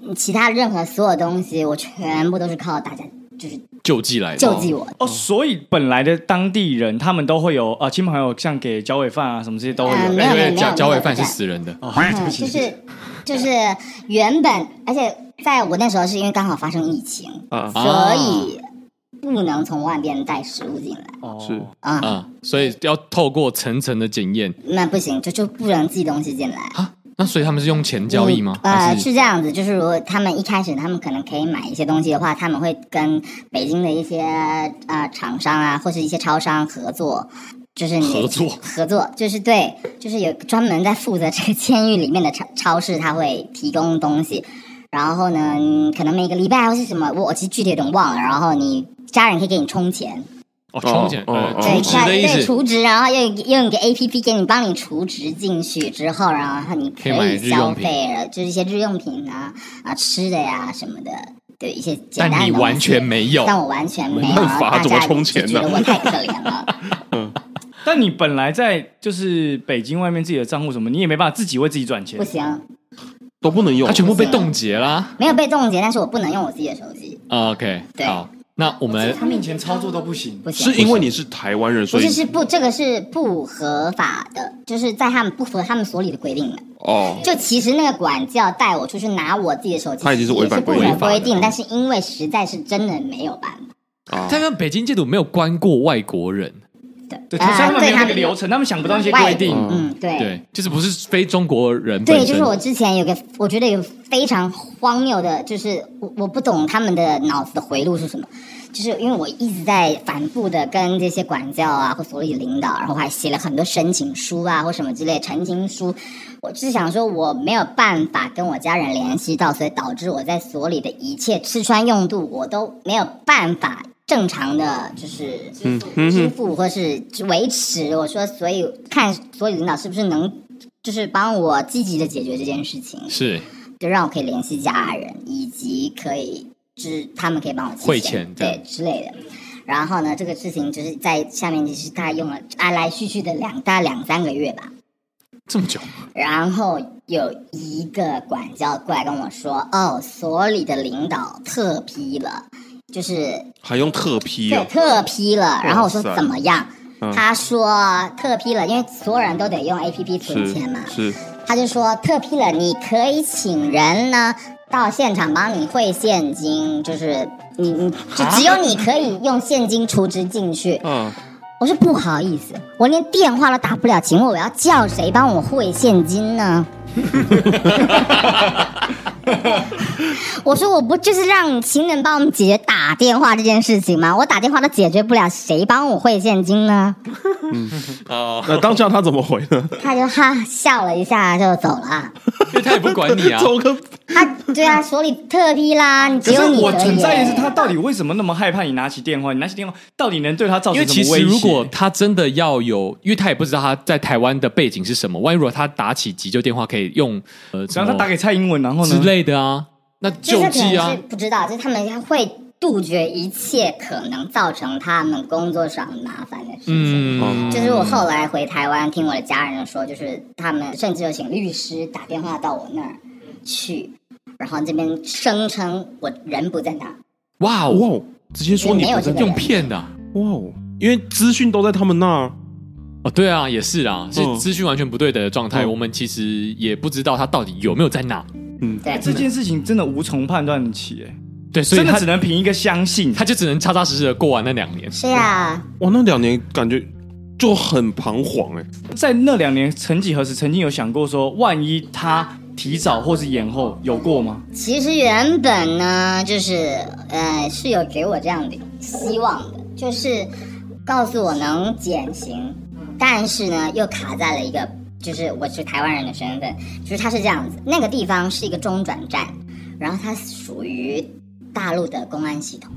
Speaker 5: 嗯其他任何所有东西我全部都是靠大家就是
Speaker 3: 救济来的，
Speaker 5: 救济我。
Speaker 3: 嗯
Speaker 4: 哦，所以本来的当地人他们都会有啊，亲朋好友像给脚尾饭啊什么这些都会
Speaker 5: 嗯
Speaker 4: 有。哦
Speaker 5: 没有
Speaker 3: 因
Speaker 5: 没有
Speaker 3: 为
Speaker 5: 没
Speaker 3: 脚
Speaker 5: 有
Speaker 3: 脚尾饭
Speaker 5: 没
Speaker 3: 是
Speaker 5: 有
Speaker 3: 死人的，
Speaker 5: 嗯，就是就是原本，而且在我那时候是因为刚好发生疫情，
Speaker 2: 啊
Speaker 3: 哦
Speaker 5: 所以不能从外边带食物进来
Speaker 2: 是
Speaker 5: 啊、
Speaker 3: 啊，所以要透过层层的检验
Speaker 5: 那不行，就就不能寄东西进来。
Speaker 3: 啊。那所以他们是用钱交易吗？
Speaker 5: 嗯呃，
Speaker 3: 还
Speaker 5: 是这样子，就是如果他们一开始他们可能可以买一些东西的话，他们会跟北京的一些呃厂商啊，或是一些超商合作。就是你
Speaker 3: 合作
Speaker 5: 合作就是对，就是有专门在负责这个监狱里面的超超市，他会提供东西。然后呢，你可能每个礼拜或是什么，我我其实具体有点忘了。然后你家人可以给你充钱，
Speaker 3: 哦，充钱，
Speaker 2: 哦
Speaker 3: 呃
Speaker 2: 哦
Speaker 3: 充
Speaker 5: 对，
Speaker 3: 值
Speaker 5: 那
Speaker 3: 的意
Speaker 5: 对
Speaker 3: 思，
Speaker 5: 除值，然后用用一个 A P P 给你帮你除值进去之后，然后你
Speaker 3: 可以买日
Speaker 5: 以消
Speaker 3: 用品
Speaker 5: 费了，就是一些日用品啊啊吃的呀、什么的，对一些简
Speaker 3: 但
Speaker 5: 单的
Speaker 3: 你
Speaker 5: 东西
Speaker 3: 完全没有，
Speaker 5: 但我完全没有，
Speaker 2: 没办法
Speaker 5: 然后
Speaker 2: 怎
Speaker 5: 大
Speaker 2: 么
Speaker 5: 家
Speaker 2: 充钱
Speaker 5: 就觉
Speaker 2: 呢
Speaker 5: 得我太可怜了。
Speaker 4: 但你本来在就是北京外面自己的账户什么，你也没办法自己为自己转钱
Speaker 5: 不。行，
Speaker 2: 都不能用
Speaker 3: 他，全部被冻结啦。
Speaker 5: 没有被冻结，但是我不能用我自己的手机，
Speaker 3: 啊 OK，
Speaker 5: 哦对
Speaker 3: 好，那我们来
Speaker 4: 面前操
Speaker 5: 哦
Speaker 4: 作都不行。
Speaker 5: 不行
Speaker 2: 是。因为你是台湾人，
Speaker 5: 不
Speaker 2: 所以
Speaker 5: 是是不，这个是不合法的，就是在他们不符合他们所里的规定的。
Speaker 2: 哦，
Speaker 5: 就其实那个管教带我出去拿我自己的手机，
Speaker 2: 他已经是违反
Speaker 5: 也不
Speaker 2: 规
Speaker 5: 合
Speaker 2: 定
Speaker 5: 规定，但是因为实在是真的没有办法。
Speaker 2: 啊
Speaker 3: 他们北京戒毒没有关过外国人，
Speaker 5: 对
Speaker 4: 对，所以他
Speaker 5: 呃
Speaker 4: 们没
Speaker 5: 对
Speaker 4: 有
Speaker 5: 他
Speaker 4: 那个流程，他们想不到一些
Speaker 5: 外
Speaker 4: 规定。
Speaker 5: 嗯，对。
Speaker 3: 对，就是不是非中国人本
Speaker 5: 对，
Speaker 3: 身，
Speaker 5: 就是我之前有个，我觉得有非常荒谬的，就是我我不懂他们的脑子的回路是什么，就是因为我一直在反复的跟这些管教啊或所里领导，然后还写了很多申请书啊或什么之类澄清书，我只是想说我没有办法跟我家人联系到，所以导致我在所里的一切吃穿用度我都没有办法正常的就是
Speaker 3: 嗯
Speaker 5: 支付或是维持。我说，所以看所有领导是不是能就是帮我积极的解决这件事情，
Speaker 3: 是
Speaker 5: 就让我可以联系家人，以及可以就是他们可以帮我寄
Speaker 3: 汇钱这样
Speaker 5: 对之类的。然后呢，这个事情就是在下面就是大概用了来来去去的两大概两三个月吧。
Speaker 3: 这么久，
Speaker 5: 然后有一个管教过来跟我说：“哦，所里的领导特批了，就是
Speaker 2: 还用特批
Speaker 5: 对
Speaker 2: 哦，
Speaker 5: 特批了。”然后我说
Speaker 2: 哎哇：“塞
Speaker 5: 怎么样？”
Speaker 2: 嗯
Speaker 5: 他说：“特批了，因为所有人都得用 A P P 存钱嘛。”
Speaker 2: 是是
Speaker 5: 他就说：“特批了，你可以请人呢到现场帮你汇现金，就是你你就只有你可以用现金储值进去。”
Speaker 2: 啊，
Speaker 5: 我说不好意思，我连电话都打不了，请问我要叫谁帮我汇现金呢？ [laughs] 我说我不就是让情人帮我们解决打电话这件事情吗？我打电话都解决不了，谁帮我汇现金呢？
Speaker 2: 那当下他怎么回呢？
Speaker 5: 他就哈笑了一下就走了。
Speaker 3: 因为他也不管
Speaker 5: [laughs]
Speaker 3: 你啊，
Speaker 2: [laughs] 怎么跟
Speaker 5: 他对啊，所里特批啦，你只
Speaker 4: [laughs] 可是
Speaker 5: 有你
Speaker 4: 我
Speaker 5: 可
Speaker 4: 存
Speaker 5: 以
Speaker 4: 在的是，
Speaker 5: 耶。
Speaker 4: 他到底为什么那么害怕你拿起电话？你拿起电话到底能对他造
Speaker 3: 因
Speaker 4: 成
Speaker 3: 为
Speaker 4: 什
Speaker 3: 其
Speaker 4: 么
Speaker 3: 实
Speaker 4: 威胁？
Speaker 3: 如果他真的要有，因为他也不知道他在台湾的背
Speaker 5: 嗯
Speaker 3: 景是什么，万一如果他打起急救电话可以用呃什
Speaker 4: 然后他打
Speaker 3: 么
Speaker 4: 给蔡英文，然后
Speaker 3: 之
Speaker 4: 呢？
Speaker 3: 类的啊，那救
Speaker 5: 就是他可
Speaker 3: 济
Speaker 5: 能
Speaker 3: 啊
Speaker 5: 是，不知道，就是他们会杜绝一切可能造成他们工作上麻烦的事情。
Speaker 3: 嗯，
Speaker 5: 就是我后来回台湾，听我的家人说，就是他们甚至有请律师打电话到我那儿去，然后这边声称我人不在那儿，
Speaker 3: 哇
Speaker 2: 哇
Speaker 3: 哦，
Speaker 2: 哦，直接说你
Speaker 5: 没有
Speaker 2: 不
Speaker 5: 这
Speaker 2: 在
Speaker 5: 个
Speaker 2: 家
Speaker 5: 人
Speaker 3: 用骗的啊
Speaker 2: 哇哦，因为资讯都在他们那儿啊，
Speaker 3: 哦，对啊，也是啊，是
Speaker 2: 嗯
Speaker 3: 资讯完全不对的状态，
Speaker 2: 嗯
Speaker 3: 我们其实也不知道他到底有没有在哪，
Speaker 2: 嗯
Speaker 5: 对，
Speaker 4: 这件事情真的无从判断起，哎，
Speaker 3: 对，所以
Speaker 4: 真的
Speaker 3: 他
Speaker 4: 只能凭一个相信。
Speaker 3: 他就只能扎扎实实的过完那两年，
Speaker 5: 是啊，
Speaker 2: 哇，那两年感觉就很彷徨哎，
Speaker 4: 在那两年，曾几何时曾经有想过说，万一他提早或是延后，有过吗？
Speaker 5: 其实原本呢，就是呃是有给我这样的希望的，就是告诉我能减刑，但是呢又卡在了一个，就是我是台湾人的身份，就是它是这样子，那个地方是一个中转站，然后它属于大陆的公安系统。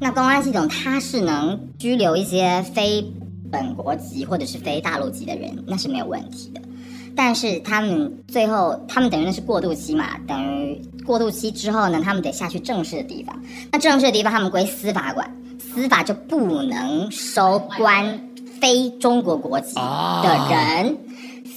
Speaker 5: 那公安系统它是能拘留一些非本国籍或者是非大陆籍的人，那是没有问题的。但是他们最后，他们等于那是过渡期嘛，等于过渡期之后呢，他们得下去正式的地方。那正式的地方他们归司法管，司法就不能收关非中国国籍的人，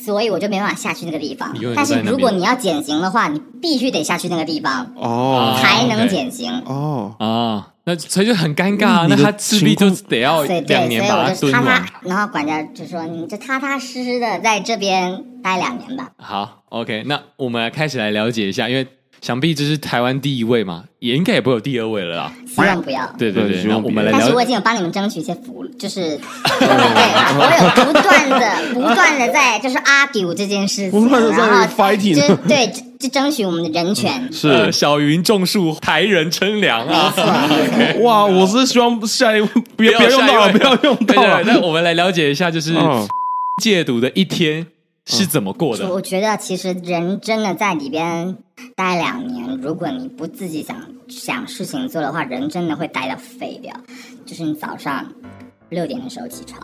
Speaker 5: 所以我就没办法下去那个地方
Speaker 3: 你永远。都
Speaker 5: 但
Speaker 3: 在
Speaker 5: 是
Speaker 3: 那边
Speaker 5: 如果你要减刑的话，你必须得下去那个地方
Speaker 2: 哦
Speaker 3: 啊
Speaker 5: 才能
Speaker 3: OK
Speaker 5: 减刑。
Speaker 2: 哦，
Speaker 3: 啊，那所以就很尴尬啊，
Speaker 2: 嗯
Speaker 3: 那
Speaker 2: 你的
Speaker 3: 他势必就得要
Speaker 5: 所以
Speaker 3: 两
Speaker 5: 对，所以
Speaker 3: 年
Speaker 5: 我
Speaker 3: 把它
Speaker 5: 就
Speaker 3: 蹲
Speaker 5: 踏
Speaker 3: 完。
Speaker 5: 踏，然后管家就说：“你就踏踏实实的在这边待两年吧。
Speaker 3: 好，OK，那我们来开始来了解一下，因为想必这是台湾第一位嘛，也应该也不会有第二位了啦。”
Speaker 5: 希望不要。
Speaker 3: 对对
Speaker 2: 对
Speaker 3: 对，
Speaker 2: 希
Speaker 3: 那
Speaker 2: 望
Speaker 3: 我们来
Speaker 5: 但是我
Speaker 3: 了
Speaker 5: 已经有帮你们争取一些福利，就
Speaker 3: [laughs]
Speaker 5: 是对，我有不断的、不断的在就是 argue 这
Speaker 3: [laughs]
Speaker 5: 件事
Speaker 2: 不
Speaker 5: 情，
Speaker 2: 断地在
Speaker 5: 然后
Speaker 2: fighting
Speaker 5: 就对，就争取我们的人权。
Speaker 2: 是、
Speaker 3: 呃小云种树，台人乘凉啊。 [laughs]
Speaker 2: 哇，我是希望下一位不
Speaker 3: 不
Speaker 2: 要不要用到了，不要用到
Speaker 3: 对对对
Speaker 2: 了。
Speaker 3: 那我们来了解一下，就是
Speaker 2: 嗯
Speaker 3: 戒毒的一天是怎么过的。
Speaker 5: 我觉得其实人真的在里边待两年，如果你不自己想想事情做的话，人真的会待到废掉。就是你早上六点的时候起床，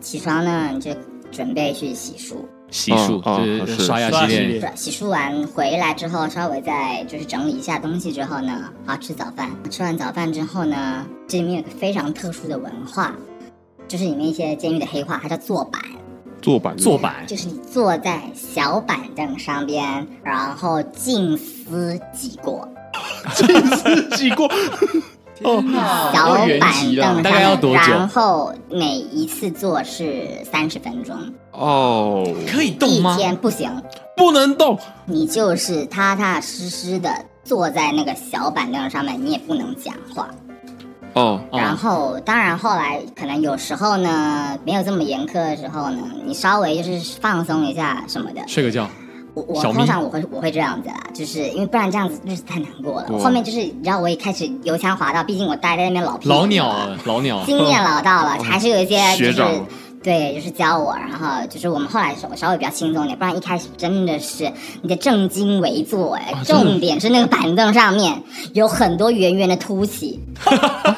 Speaker 5: 起床呢你就准备去洗漱，
Speaker 3: 洗漱
Speaker 2: 哦哦
Speaker 3: 嗯就是
Speaker 2: 是
Speaker 3: 刷牙
Speaker 4: 刷牙
Speaker 3: 洗
Speaker 4: 洗
Speaker 3: 脸
Speaker 4: 脸，
Speaker 5: 洗漱完回来之后，稍微再就是整理一下东西之后呢，啊，吃早饭。吃完早饭之后呢，这里面有个非常特殊的文化，就是里面一些监狱的黑话，它叫坐板，
Speaker 2: 坐板
Speaker 3: 坐板
Speaker 5: 就是你坐在小板凳上边，然后静思己过。
Speaker 2: 记
Speaker 3: [laughs]
Speaker 2: 过
Speaker 5: 小板凳上面
Speaker 3: 大概要多久
Speaker 5: 然后每一次做是三十分钟，
Speaker 2: 哦，
Speaker 3: 可以动
Speaker 5: 一
Speaker 3: 吗？
Speaker 5: 天不行，
Speaker 2: 不能动
Speaker 5: 你就是踏踏实实的坐在那个小板凳上面，你也不能讲话。
Speaker 2: 哦，
Speaker 3: 哦
Speaker 5: 然后，当然后来可能有时候呢，没有这么严苛的时候呢，你稍微就是放松一下什么的。
Speaker 3: 睡个觉，
Speaker 5: 我我
Speaker 3: 小咪
Speaker 5: 通常我会我会这样子啦，就是因为不然这样子日子太难过了。后面就是你知道我也开始油腔滑调，毕竟我待在那边老屁股
Speaker 3: 老鸟啊，老鸟啊，
Speaker 5: 经验老道了，还是有一些就
Speaker 2: 哦学
Speaker 5: 是
Speaker 2: 长
Speaker 5: 对，就是教我，然后就是我们后来稍稍微比较轻松一点，不然一开始真的是你的正襟危坐哎，
Speaker 2: 啊
Speaker 5: 重点是那个板凳上面有很多圆圆的凸起，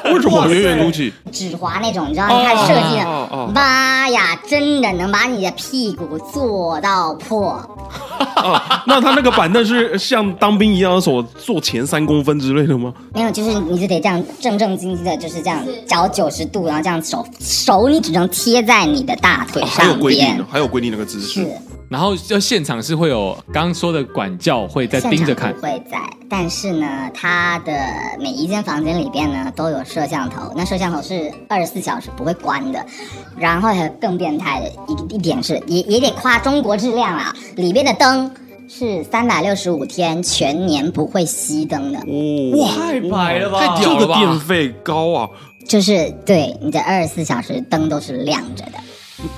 Speaker 2: 为什么远远凸起？
Speaker 5: 指滑那种，你知道它设计的，
Speaker 2: 哦哦
Speaker 5: 妈呀，真的能把你的屁股坐到破，
Speaker 2: 哦那他那个板凳是像当兵一样什么坐前三公分之类的吗？
Speaker 5: 没有，就是你就得这样正正经经的，就是这样脚九十度，然后这样手手你只能贴在你的大腿
Speaker 2: 哦还有
Speaker 5: 上
Speaker 2: 规定
Speaker 5: 边，
Speaker 2: 的，还有规定那个姿势
Speaker 5: 是。
Speaker 3: [laughs] 然后就现场是会有刚刚说的管教会在
Speaker 5: 现
Speaker 3: 盯着
Speaker 5: 场
Speaker 3: 看
Speaker 5: 不会在，但是呢，它的每一间房间里边呢都有摄像头，那摄像头是二十四小时不会关的。然后还有更变态的一一点是，也也得夸中国质量啊，里边的灯是三百六十五天全年不会熄灯的，
Speaker 2: 哇
Speaker 4: 太白了
Speaker 2: 哦
Speaker 4: 吧
Speaker 2: 太屌
Speaker 3: 这
Speaker 2: 了
Speaker 3: 个
Speaker 2: 吧！
Speaker 3: 电
Speaker 2: 电费高啊，
Speaker 5: 就是对你的二十四小时灯都是亮着的，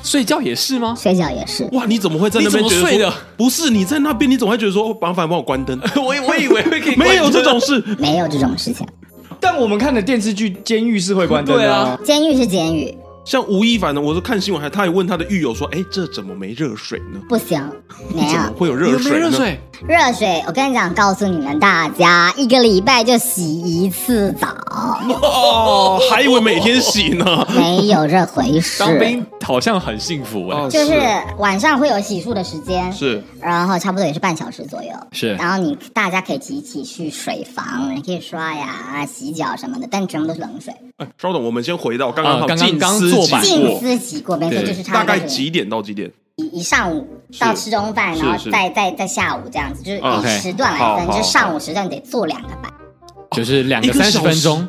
Speaker 3: 睡觉也是
Speaker 5: [laughs]
Speaker 3: 吗？
Speaker 5: 睡觉也是。
Speaker 2: 哇！你怎么会在那边
Speaker 3: 你
Speaker 2: 觉
Speaker 3: 怎么睡
Speaker 2: 得说
Speaker 3: 的？
Speaker 2: 不是你在那边，你怎么会觉得说麻烦帮我关 [laughs] 灯？
Speaker 3: 我以我以为会可以 [laughs] 关
Speaker 2: 没有这种事，
Speaker 5: 没有这种事情，
Speaker 4: 但我们看的电视剧《监狱》是会关灯的、啊，
Speaker 5: 监狱是监狱，
Speaker 2: 像吴亦凡呢，我是看新闻还，他还问他的狱友说：“哎，这怎么没热水呢？
Speaker 5: 不行，没
Speaker 2: 怎
Speaker 5: 啊有
Speaker 2: 么。会有
Speaker 3: 你
Speaker 2: 热
Speaker 3: 有没有
Speaker 2: 水呢？”
Speaker 3: 热水，
Speaker 5: 热水，我跟你讲，告诉你们大家，一个礼拜就洗一次澡，
Speaker 2: [laughs] 哦，还以为每天洗呢。
Speaker 5: 没有这回
Speaker 2: [laughs]
Speaker 3: 当
Speaker 5: 事。
Speaker 3: 兵好像很幸福哎，
Speaker 5: 就是晚上会有洗漱的时间，
Speaker 2: 啊是
Speaker 5: 然后差不多也是半小时左右。
Speaker 3: 是
Speaker 5: 然后你大家可以集体去水房，你可以刷牙、洗脚什么的，但全部都是冷水。
Speaker 2: 哎稍等，我们先回到刚刚
Speaker 3: 啊
Speaker 2: 他
Speaker 3: 刚刚
Speaker 2: 静
Speaker 3: 刚
Speaker 2: 思
Speaker 3: 坐
Speaker 2: 己
Speaker 3: 板
Speaker 5: 静
Speaker 2: 过，
Speaker 5: 思洗过，没错，
Speaker 3: 对
Speaker 5: 就是差
Speaker 2: 大
Speaker 5: 不多
Speaker 2: 概
Speaker 5: 是
Speaker 2: 几点到几点？
Speaker 5: 一一上午到吃中饭，
Speaker 2: 是
Speaker 5: 然后
Speaker 2: 是
Speaker 5: 再再再下午这样子，就是
Speaker 2: 啊
Speaker 5: 以
Speaker 3: OK
Speaker 5: 时段来分，
Speaker 2: 好好
Speaker 5: 就是上午时段得做两个板，
Speaker 3: 就是两
Speaker 2: 一
Speaker 3: 个
Speaker 2: 个
Speaker 3: 三十
Speaker 2: 小
Speaker 3: 分
Speaker 2: 时
Speaker 3: 钟，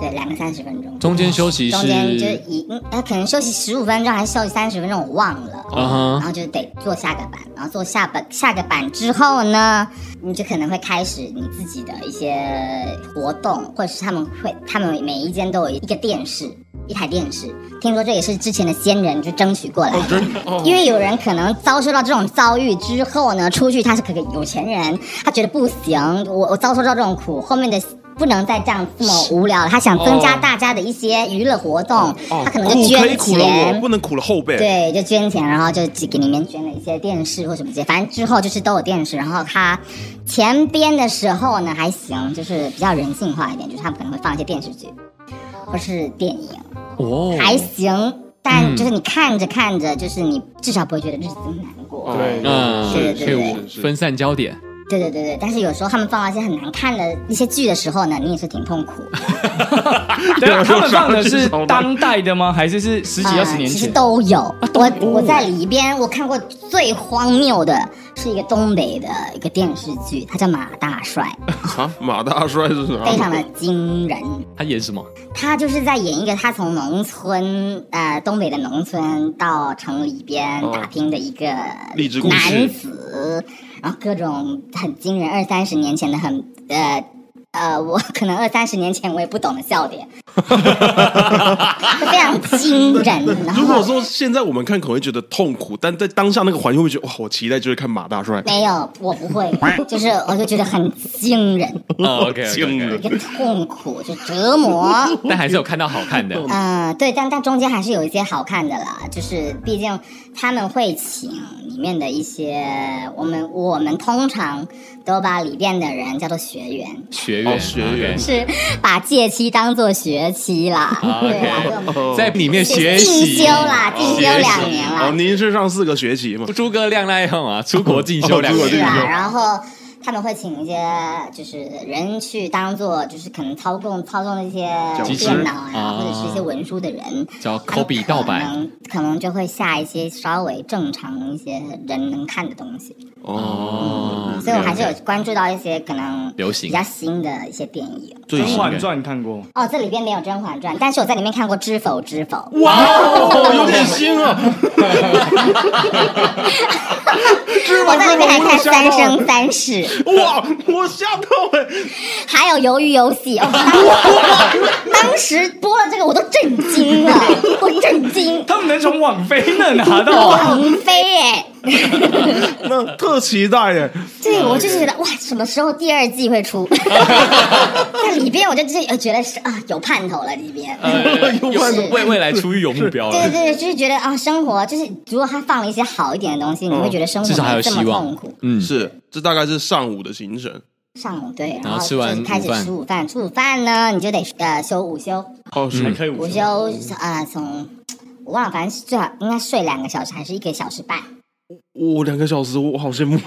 Speaker 5: 对，两个三十分钟。
Speaker 3: 中间休息
Speaker 5: 中间就是
Speaker 3: 是
Speaker 5: 以嗯，他可能休息十五分钟还是休息三十分钟，我忘了。
Speaker 3: 嗯哼
Speaker 5: 然后就得做下个版，然后做下本下个版之后呢，你就可能会开始你自己的一些活动，或者是他们会，他们每一间都有一个电视，一台电视。听说这也是之前的先人就争取过来的。因为有人可能遭受到这种遭遇之后呢，出去他是可个有钱人，他觉得不行，我我遭受到这种苦，后面的不能再这样这么无聊了，他想增加大家的一些娱乐活动，他可能就
Speaker 2: 苦可以哦
Speaker 5: 捐
Speaker 2: 苦了我，
Speaker 5: 钱
Speaker 2: 不。能苦了后辈。 [laughs]
Speaker 5: 对，就捐钱，然后就只给里面捐了一些电视或什么之类，反正之后就是都有电视。然后他前边的时候呢还行，就是比较人性化一点，就是他们可能会放一些电视剧或是电影，
Speaker 3: 哦，
Speaker 5: 还行。
Speaker 4: 嗯
Speaker 5: 但就是你看着看着，就是你至少不会觉得日子很难过。
Speaker 4: 对
Speaker 3: 嗯，
Speaker 5: 是
Speaker 3: 可以
Speaker 2: 是是
Speaker 3: 分散焦点。
Speaker 5: 对对对对，但是有时候他们放到一些很难看的一些剧的时候呢，你也是挺痛苦。
Speaker 2: 啊
Speaker 4: 等一下啊他们放的
Speaker 2: 有
Speaker 4: 是
Speaker 2: 时候
Speaker 4: 当代的吗？还是是 [laughs] 十几二十年
Speaker 5: 呃其实
Speaker 4: 前？
Speaker 2: 啊
Speaker 4: 啊
Speaker 5: 都有。我我在里边我看过最荒谬的是一个东北的一个电视剧，它叫《马大帅
Speaker 4: 嗯
Speaker 2: 啊，马大帅是啥》，？
Speaker 5: 非常的惊人。
Speaker 3: 他演什么？
Speaker 5: 他就是在演一个他从农村，呃，东北的农村到城里边打拼的一个
Speaker 2: 哦励志故事
Speaker 5: 男子，然后各种很惊人，二三十年前的很呃呃，我可能二三十年前我也不懂的笑点，非常惊人。
Speaker 2: [laughs]
Speaker 5: 然
Speaker 2: 如果
Speaker 5: 后
Speaker 2: 说现在我们看可能会觉得痛苦，但在当下那个环境会觉得哇，我期待就是看马大帅，
Speaker 5: 没有，我不会，就是我就觉得很惊人，
Speaker 3: 哦，OK，
Speaker 2: 惊人
Speaker 5: 一个痛苦，就折磨。
Speaker 3: 但还是有看到好看的。
Speaker 5: 嗯，对，但但中间还是有一些好看的啦，就是毕竟他们会请里面的一些我们我们通常都把里边的人叫做学员，
Speaker 3: 学员，
Speaker 2: 哦学员
Speaker 3: OK
Speaker 5: 是把借期当做学期啦，
Speaker 3: 啊
Speaker 5: 对啦，
Speaker 3: OK
Speaker 5: 就我们
Speaker 3: 在里面学习，
Speaker 5: 进修啦，进修
Speaker 3: 哦学习
Speaker 5: 两年啦
Speaker 2: 哦，，您是上四个学期嘛？
Speaker 3: 诸葛亮那样啊，出国进修两
Speaker 2: 哦出国
Speaker 5: 是
Speaker 3: [laughs]
Speaker 2: 进
Speaker 3: 年
Speaker 2: 修。
Speaker 5: 啊，然后他们会请一些就是人去当做就是可能操控操纵一些
Speaker 2: 机
Speaker 3: 器
Speaker 5: 电脑呀、
Speaker 3: 啊
Speaker 5: 或者是一些文书的人，
Speaker 3: 叫 copy 盗
Speaker 5: 可
Speaker 3: 版
Speaker 5: 能可能就会下一些稍微正常一些人能看的东西，
Speaker 3: 哦，
Speaker 5: 所以我还是
Speaker 3: OK，OK
Speaker 5: 有关注到一些可能
Speaker 3: 流行
Speaker 5: 比较新的一些电影。
Speaker 4: 《
Speaker 2: 最
Speaker 4: 甄
Speaker 2: 新
Speaker 4: 嬛传》看过吗？
Speaker 5: 哦，这里边没有《甄嬛传》，但是我在里面看过《知否知否》，
Speaker 2: 哇哦，有点新啊！
Speaker 5: 我在里面还看《三生三世》，
Speaker 2: 哇，我吓到哎！
Speaker 5: 还有《鱿鱼游戏》
Speaker 2: [laughs]
Speaker 5: 哦。当当时播了这个，我都震
Speaker 2: [laughs]
Speaker 5: 惊了，我震惊。
Speaker 4: 他们能从网飞那拿到啊？
Speaker 5: 王菲哎，
Speaker 2: [laughs] 那特期待 [laughs] 耶！
Speaker 5: 对我就是觉得哇，什么时候第二季
Speaker 2: [laughs]
Speaker 5: 会出？在里边我就自己觉得是啊，有盼头了里边。
Speaker 2: 啊 [laughs]
Speaker 3: 呃有
Speaker 5: 是 [laughs]
Speaker 3: 为未来出狱有目标
Speaker 5: 对
Speaker 3: 了。
Speaker 5: 对对，就是觉得啊，生活就是如果他放了一些好一点的东西，你会觉得生活
Speaker 3: 至少还有
Speaker 5: 没这么
Speaker 3: 希望
Speaker 5: 痛苦。
Speaker 3: 嗯，
Speaker 2: 是，这大概是上午的行程
Speaker 5: 上午对，
Speaker 3: 然后
Speaker 5: 后
Speaker 3: 吃完
Speaker 5: 就是开
Speaker 3: 午饭
Speaker 5: 始吃午饭，吃午饭呢你就得呃休午休，
Speaker 2: 哦，
Speaker 4: 还
Speaker 2: 是
Speaker 4: 可以
Speaker 5: 午
Speaker 4: 午
Speaker 5: 休啊、呃从我忘了，反正是最好应该睡两个小时还是一个小时半。
Speaker 2: 我哦两个小时，我好 [laughs] 羡慕。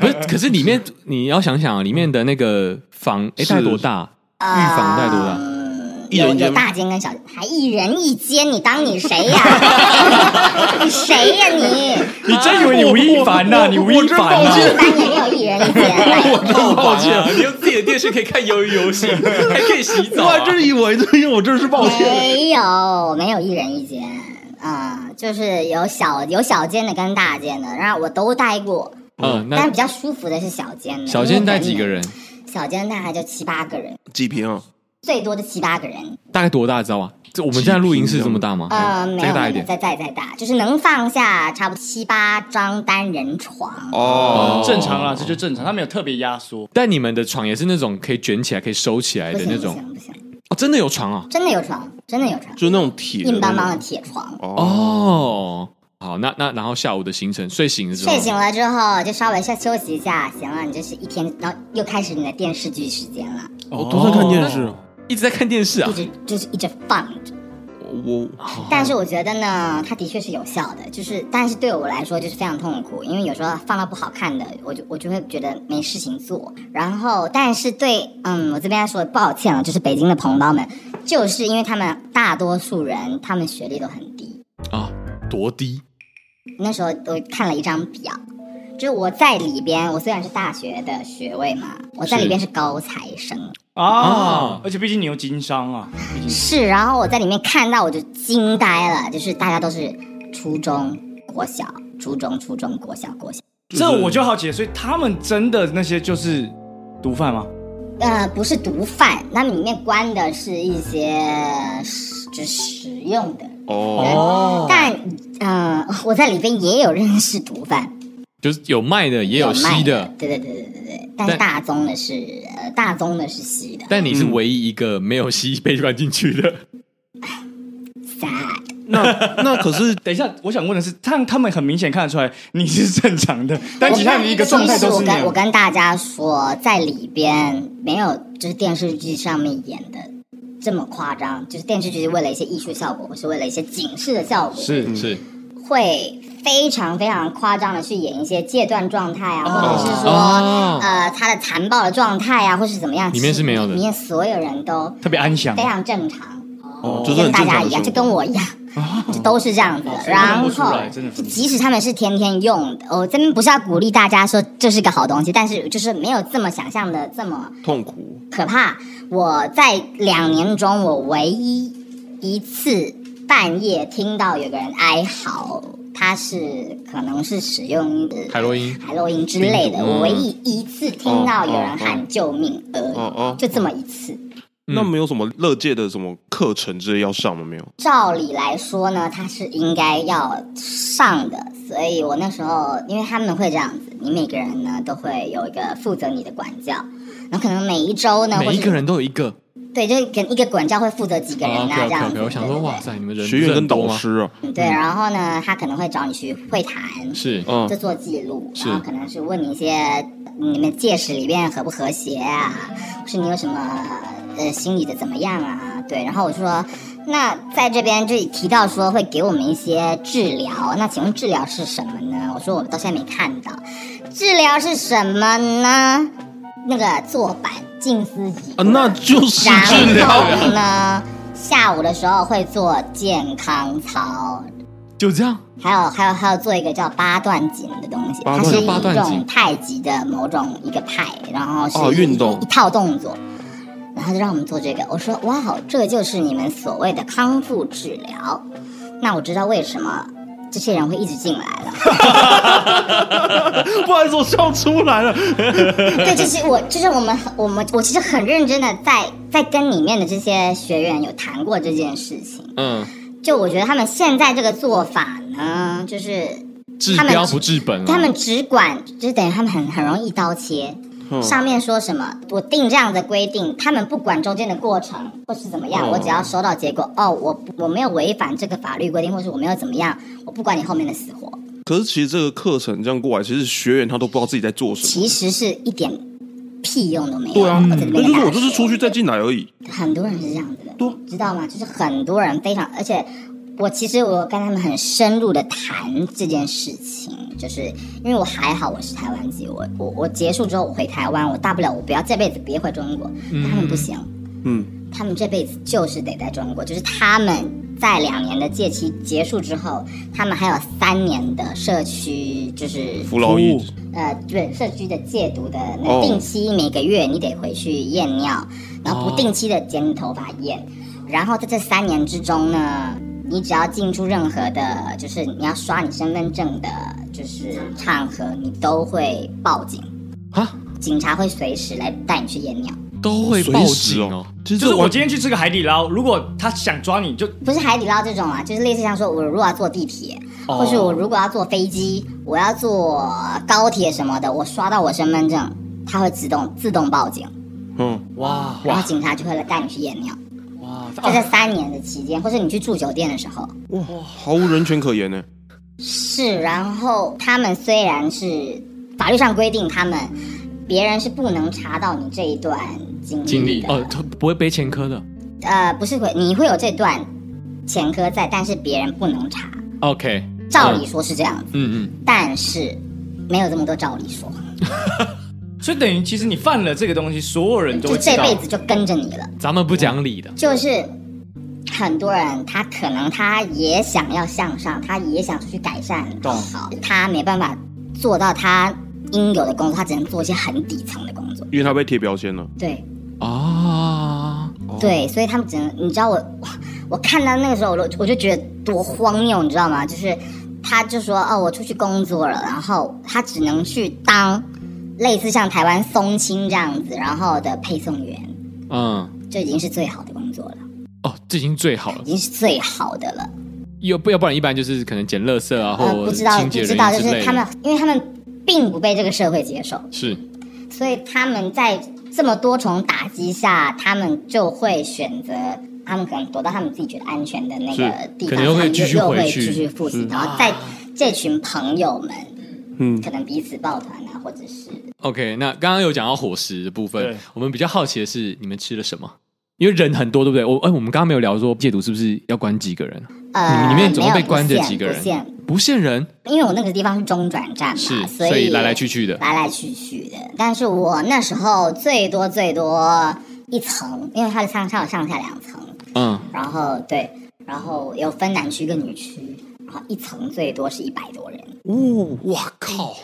Speaker 3: 不是，可是里面你要想想啊，里面的那个房哎，
Speaker 2: 是
Speaker 3: 大概多大？
Speaker 5: 呃、
Speaker 3: 预防带多大
Speaker 5: 嗯
Speaker 2: 一人
Speaker 5: 有
Speaker 2: 一间
Speaker 5: 有
Speaker 2: 吗
Speaker 5: 大间跟小间，还一人一间，你当你谁呀、你 [laughs] 谁呀、你？ [laughs]
Speaker 4: 你真以为你吴亦凡呐？啊你吴亦凡
Speaker 5: 一
Speaker 4: 呐？
Speaker 5: 般也没有一人 [laughs] 一间，哎那也不
Speaker 3: 够抱歉， [laughs] 你用自己的电视可以看鱿鱼游戏， [laughs] 还可以洗
Speaker 2: 我
Speaker 3: [laughs] 澡啊
Speaker 2: 还真以为这，因为我真是抱歉。
Speaker 5: 没有，没有一人一间啊、就是有小有小间的跟大间的，然后我都待过，
Speaker 3: 嗯，
Speaker 5: 但
Speaker 3: 那
Speaker 5: 比较舒服的是小间的。
Speaker 3: 小
Speaker 5: 因
Speaker 3: 仙
Speaker 5: 为
Speaker 3: 带
Speaker 5: 人
Speaker 3: 几个
Speaker 5: 也？
Speaker 3: 人？
Speaker 5: 小间大概就七八个人，
Speaker 2: 几瓶啊？
Speaker 5: 最多的七八个人。
Speaker 3: 大概多大？知道吗？这我们现在录音室这么大吗？
Speaker 5: 呃，
Speaker 3: 嗯
Speaker 5: 没
Speaker 3: 再
Speaker 5: 有，
Speaker 3: 大
Speaker 5: 没
Speaker 3: 一
Speaker 5: 有
Speaker 3: 点。
Speaker 5: 再再再大，就是能放下差不多七八张单人床。
Speaker 2: 哦，
Speaker 4: 正常啦，这就正常，他没有特别压缩。
Speaker 3: 但你们的床也是那种可以卷起来、可以收起来的
Speaker 5: 不行
Speaker 3: 哎那
Speaker 5: 不
Speaker 3: 种
Speaker 5: 行不行，
Speaker 3: 哦，真的有床啊！
Speaker 5: 真的有床，真的有床，
Speaker 2: 就那种铁
Speaker 5: 硬邦邦的
Speaker 2: 的
Speaker 5: 铁床。
Speaker 2: 那种。
Speaker 3: 哦，好，那那然后下午的哦行程，睡醒了之后，
Speaker 5: 睡醒了之后就稍微先休息一下，行了，你这是一天，然后又开始你的电视剧时间了，
Speaker 2: 我哦都在看电视。
Speaker 3: 哦一直在看电视啊
Speaker 5: 一，直就是一直放着。
Speaker 2: 我
Speaker 5: 但是我觉得呢，它的确是有效的，就是但是对我来说就是非常痛苦，因为有时候放到不好看的，我就我就会觉得没事情做。然后，但是对，嗯，我这边要说抱歉了，就是北京的同胞们，就是因为他们大多数人他们学历都很低。
Speaker 3: 啊，多低
Speaker 5: 那时候我看了一张表，就是我在里边，我虽然是大学的学位嘛，我在里边是高材生，
Speaker 4: 啊
Speaker 3: 啊！
Speaker 4: 而且毕竟你有经商啊，毕竟
Speaker 5: 是，然后我在里面看到我就惊呆了，就是大家都是初中、国小、初中、初中、国小、国小。
Speaker 4: 这我就好奇了。所以他们真的那些就是毒贩吗？
Speaker 5: 呃，不是毒贩，那里面关的是一些食就是食用的，
Speaker 2: 哦，
Speaker 4: 哦，
Speaker 5: 但呃，我在里边也有认识毒贩，
Speaker 3: 就是有卖的，也有
Speaker 5: 卖
Speaker 3: 吸的，，
Speaker 5: 对对对对对对，但是
Speaker 3: 但
Speaker 5: 大宗的是呃大宗的是吸的
Speaker 3: 但你是唯一一个没有吸被关进去的。 [laughs]
Speaker 5: ，sad，
Speaker 2: 那那可是
Speaker 4: 等一下，我想问的是，他他们很明显看得出来你是正常
Speaker 5: [laughs]
Speaker 4: 的，但其他人一个状态都
Speaker 5: 其实
Speaker 4: 是
Speaker 5: 我
Speaker 4: 你
Speaker 5: 跟
Speaker 4: 的。
Speaker 5: 我跟大家说，在里边没有就是电视剧上面演的这么夸张，就是电视剧为了一些艺术效果，或是为了一些警示的效果，
Speaker 3: 是是
Speaker 5: 会非常非常夸张的去演一些戒断状态啊，或者是说、
Speaker 3: 哦
Speaker 5: 呃他的残暴的状态啊，或是怎么样，
Speaker 3: 里面是没有的
Speaker 5: 里面所有人都
Speaker 4: 特别安详
Speaker 5: 非。常正常。
Speaker 2: 哦，就是很
Speaker 5: 跟大
Speaker 2: 正
Speaker 5: 家
Speaker 2: 常
Speaker 5: 一
Speaker 2: 的生
Speaker 5: 样，
Speaker 2: 活哦
Speaker 5: 就跟我一样，就都是这样子的。然
Speaker 4: 分不出
Speaker 5: 后
Speaker 4: 来真的分不出来
Speaker 5: 即使他们是天天用的，我这边不是要鼓励大家说这是个好东西，但是就是没有这么想象的这么
Speaker 2: 痛苦，
Speaker 5: 可怕。我在两年中，我唯一一次半夜听到有个人哀嚎，他是可能是使用
Speaker 3: 海洛因，
Speaker 5: 海洛因之类的，
Speaker 3: 病毒
Speaker 5: 我唯一一次听到有人喊救命而已，
Speaker 2: 嗯哦哦，
Speaker 5: 就这么一次。
Speaker 2: 那没有什么乐界的什么课程之类要上吗？没有，
Speaker 5: 照理来说呢，它是应该要上的，所以我那时候，因为他们会这样子，你每个人呢都会有一个负责你的管教，然后可能每一周呢，
Speaker 3: 每一
Speaker 5: 或
Speaker 3: 个
Speaker 5: 是
Speaker 3: 人都有一个。
Speaker 5: 对，就跟一个管教会负责几个人
Speaker 3: 哦
Speaker 5: 啊，这样子。
Speaker 3: 我想说，哇嗯塞，你们人
Speaker 2: 学员
Speaker 3: 人
Speaker 2: 跟
Speaker 3: 多
Speaker 2: 导
Speaker 3: 吗？
Speaker 2: 师啊，
Speaker 5: 对，对，然后呢，他可能会找你去会谈，
Speaker 3: 是
Speaker 2: 嗯
Speaker 5: 就做记录，
Speaker 3: 是
Speaker 5: 然后可能是问你一些嗯你们戒食里面和不和谐啊，或是你有什么呃心理的怎么样啊？对，然后我说，那在这边就提到说会给我们一些治疗，那请问治疗是什么呢？我说我到现在没看到，治疗是什么呢？那个坐板静思仪
Speaker 2: 啊，那就是治
Speaker 5: 然
Speaker 2: 疗，
Speaker 5: 后呢，下午的时候会做健康操，
Speaker 3: 就这样，
Speaker 5: 还有还有还有做一个叫八段锦的东西，
Speaker 2: 八段
Speaker 5: 它是
Speaker 2: 锦
Speaker 5: 一
Speaker 3: 八段锦
Speaker 5: 种太极的某种一个派，然后是
Speaker 2: 哦
Speaker 5: 一
Speaker 2: 运动
Speaker 5: 一套动作，然后就让我们做这个。我说哇哦，这就是你们所谓的康复治疗。那我知道为什么这些人会一直进来了。
Speaker 2: [laughs] 不好意思，我笑出来了。
Speaker 5: [laughs] 对，这是我，就是我们，我们我其实很认真的在在跟里面的这些学员有谈过这件事情。
Speaker 3: 嗯，
Speaker 5: 就我觉得他们现在这个做法呢，就是
Speaker 3: 治
Speaker 5: 他们
Speaker 3: 标不治本啊
Speaker 5: 他们只管，就是等于他们很很容易一刀切。
Speaker 2: 嗯
Speaker 5: 上面说什么，我定这样的规定，他们不管中间的过程或是怎么
Speaker 2: 嗯
Speaker 5: 样，我只要收到结果，哦，我不我没有违反这个法律规定，或是我没有怎么样，我不管你后面的死活，
Speaker 2: 可是其实这个课程这样过来，其实学员他都不知道自己在做什么。
Speaker 5: 其实是一点屁用都没有。
Speaker 2: 对啊，
Speaker 5: 我在这边
Speaker 2: 那就是我
Speaker 5: 跟大家
Speaker 2: 就是出去再进来而已。
Speaker 5: 很多人是这样子的，
Speaker 2: 多
Speaker 5: 知道吗？就是很多人非常，而且我其实我跟他们很深入的谈这件事情，就是因为我还好我是台湾籍，我我我结束之后我回台湾，我大不了我不要这辈子别回中国，他们不行，
Speaker 2: 嗯，
Speaker 5: 他们这辈子就是得在中国，就是他们。在两年的戒期结束之后，他们还有三年的社区，就是
Speaker 2: 服劳役
Speaker 5: 呃，对社区的戒毒的那
Speaker 2: 哦
Speaker 5: 个定期每个月你得回去验尿，然后
Speaker 3: 哦
Speaker 5: 不定期的剪你头发验，然后在这三年之中呢，你只要进出任何的，就是你要刷你身份证的，就是场合，你都会报警，
Speaker 3: 啊
Speaker 5: 警察会随时来带你去验尿，
Speaker 3: 都会报警
Speaker 2: 哦
Speaker 3: 哦。
Speaker 2: 其实
Speaker 4: 就
Speaker 2: 这
Speaker 4: 是我
Speaker 2: 完
Speaker 4: 今天去吃个海底捞，如果他想抓你就
Speaker 5: 不是海底捞这种啊，就是类似像说我如果要坐地铁，
Speaker 4: 哦
Speaker 5: 或是我如果要坐飞机，我要坐高铁什么的，我刷到我身份证，它会自动自动报警。
Speaker 2: 嗯，
Speaker 4: 哇
Speaker 5: 然后警察就会来带你去验尿。
Speaker 4: 哇，
Speaker 5: 在这三年的期间，或是你去住酒店的时候，
Speaker 2: 哇，毫无人权可言呢。
Speaker 5: 是。然后他们虽然是法律上规定他们别人是不能查到你这一段经
Speaker 3: 经
Speaker 5: 历
Speaker 3: 历
Speaker 5: 的，
Speaker 3: 哦，他不会背前科的。
Speaker 5: 呃，不是会你会有这段前科在，但是别人不能查。
Speaker 3: OK，
Speaker 5: 照理说是这样子，
Speaker 3: 嗯嗯，
Speaker 5: 但是没有这么多照理说，
Speaker 4: 所以等于其实你犯了这个东西，所有人都
Speaker 5: 就
Speaker 4: 会知
Speaker 5: 这
Speaker 4: 道
Speaker 5: 辈。子就跟着你了。
Speaker 3: 嗯咱们不讲理的，
Speaker 5: 就是很多人他可能他也想要向上，他也想出去改善
Speaker 4: 懂
Speaker 5: 好，他没办法做到他应有的工作，他只能做一些很底层的工作。
Speaker 2: 因为他被贴标签了。
Speaker 5: 对、
Speaker 3: 啊，
Speaker 5: 对，所以他们只能，你知道我我我看到那个时候，我就我就觉得多荒谬，你知道吗？就是他就说哦，我出去工作了，然后他只能去当类似像台湾松青这样子，然后的配送员，
Speaker 3: 嗯，
Speaker 5: 这已经是最好的工作了，
Speaker 3: 哦，这已经最好了
Speaker 5: 已。经是最好的了。
Speaker 3: 要不要不然一般就是可能捡垃圾啊，
Speaker 5: 呃，
Speaker 3: 或
Speaker 5: 不知道
Speaker 3: 清
Speaker 5: 不
Speaker 3: 洁
Speaker 5: 知
Speaker 3: 人
Speaker 5: 道，
Speaker 3: 员
Speaker 5: 就
Speaker 3: 之类
Speaker 5: 是他们
Speaker 3: 的。，
Speaker 5: 因为他们并不被这个社会接受，
Speaker 3: 是
Speaker 5: 所以他们在这么多重打击下，他们就会选择。他们可能躲到他们自己觉得安全的那个
Speaker 3: 是
Speaker 5: 地
Speaker 3: 可
Speaker 5: 方，
Speaker 3: 能
Speaker 5: 他
Speaker 3: 又会
Speaker 5: 们
Speaker 3: 继
Speaker 5: 就
Speaker 3: 续
Speaker 5: 又
Speaker 3: 回
Speaker 5: 会
Speaker 3: 去
Speaker 5: 继续复习，然后在这群朋友们，
Speaker 3: 嗯
Speaker 5: 可能彼此抱团啊，或者是
Speaker 3: OK。那刚刚有讲到伙食的部分
Speaker 4: 对，
Speaker 3: 我们比较好奇的是你们吃了什么？因为人很多，对不对？我哎、我们刚刚没有聊说戒毒是不是要关几个人？
Speaker 5: 呃，
Speaker 3: 你里面总共
Speaker 5: 没有
Speaker 3: 被
Speaker 5: 不
Speaker 3: 关着
Speaker 5: 限
Speaker 3: 几个
Speaker 5: 不
Speaker 3: 人
Speaker 5: 限
Speaker 3: 不限人
Speaker 5: 因为我那个地方是中转站嘛，
Speaker 3: 是，
Speaker 5: 啊所
Speaker 3: 所以来来去去的。
Speaker 5: 来来去去的。但是我那时候最多最多一层，因为它的上上有上下两层，
Speaker 3: 嗯，
Speaker 5: 然后对，然后有分男区跟女区，然后一层最多是一百多人，
Speaker 3: 呜、哇靠，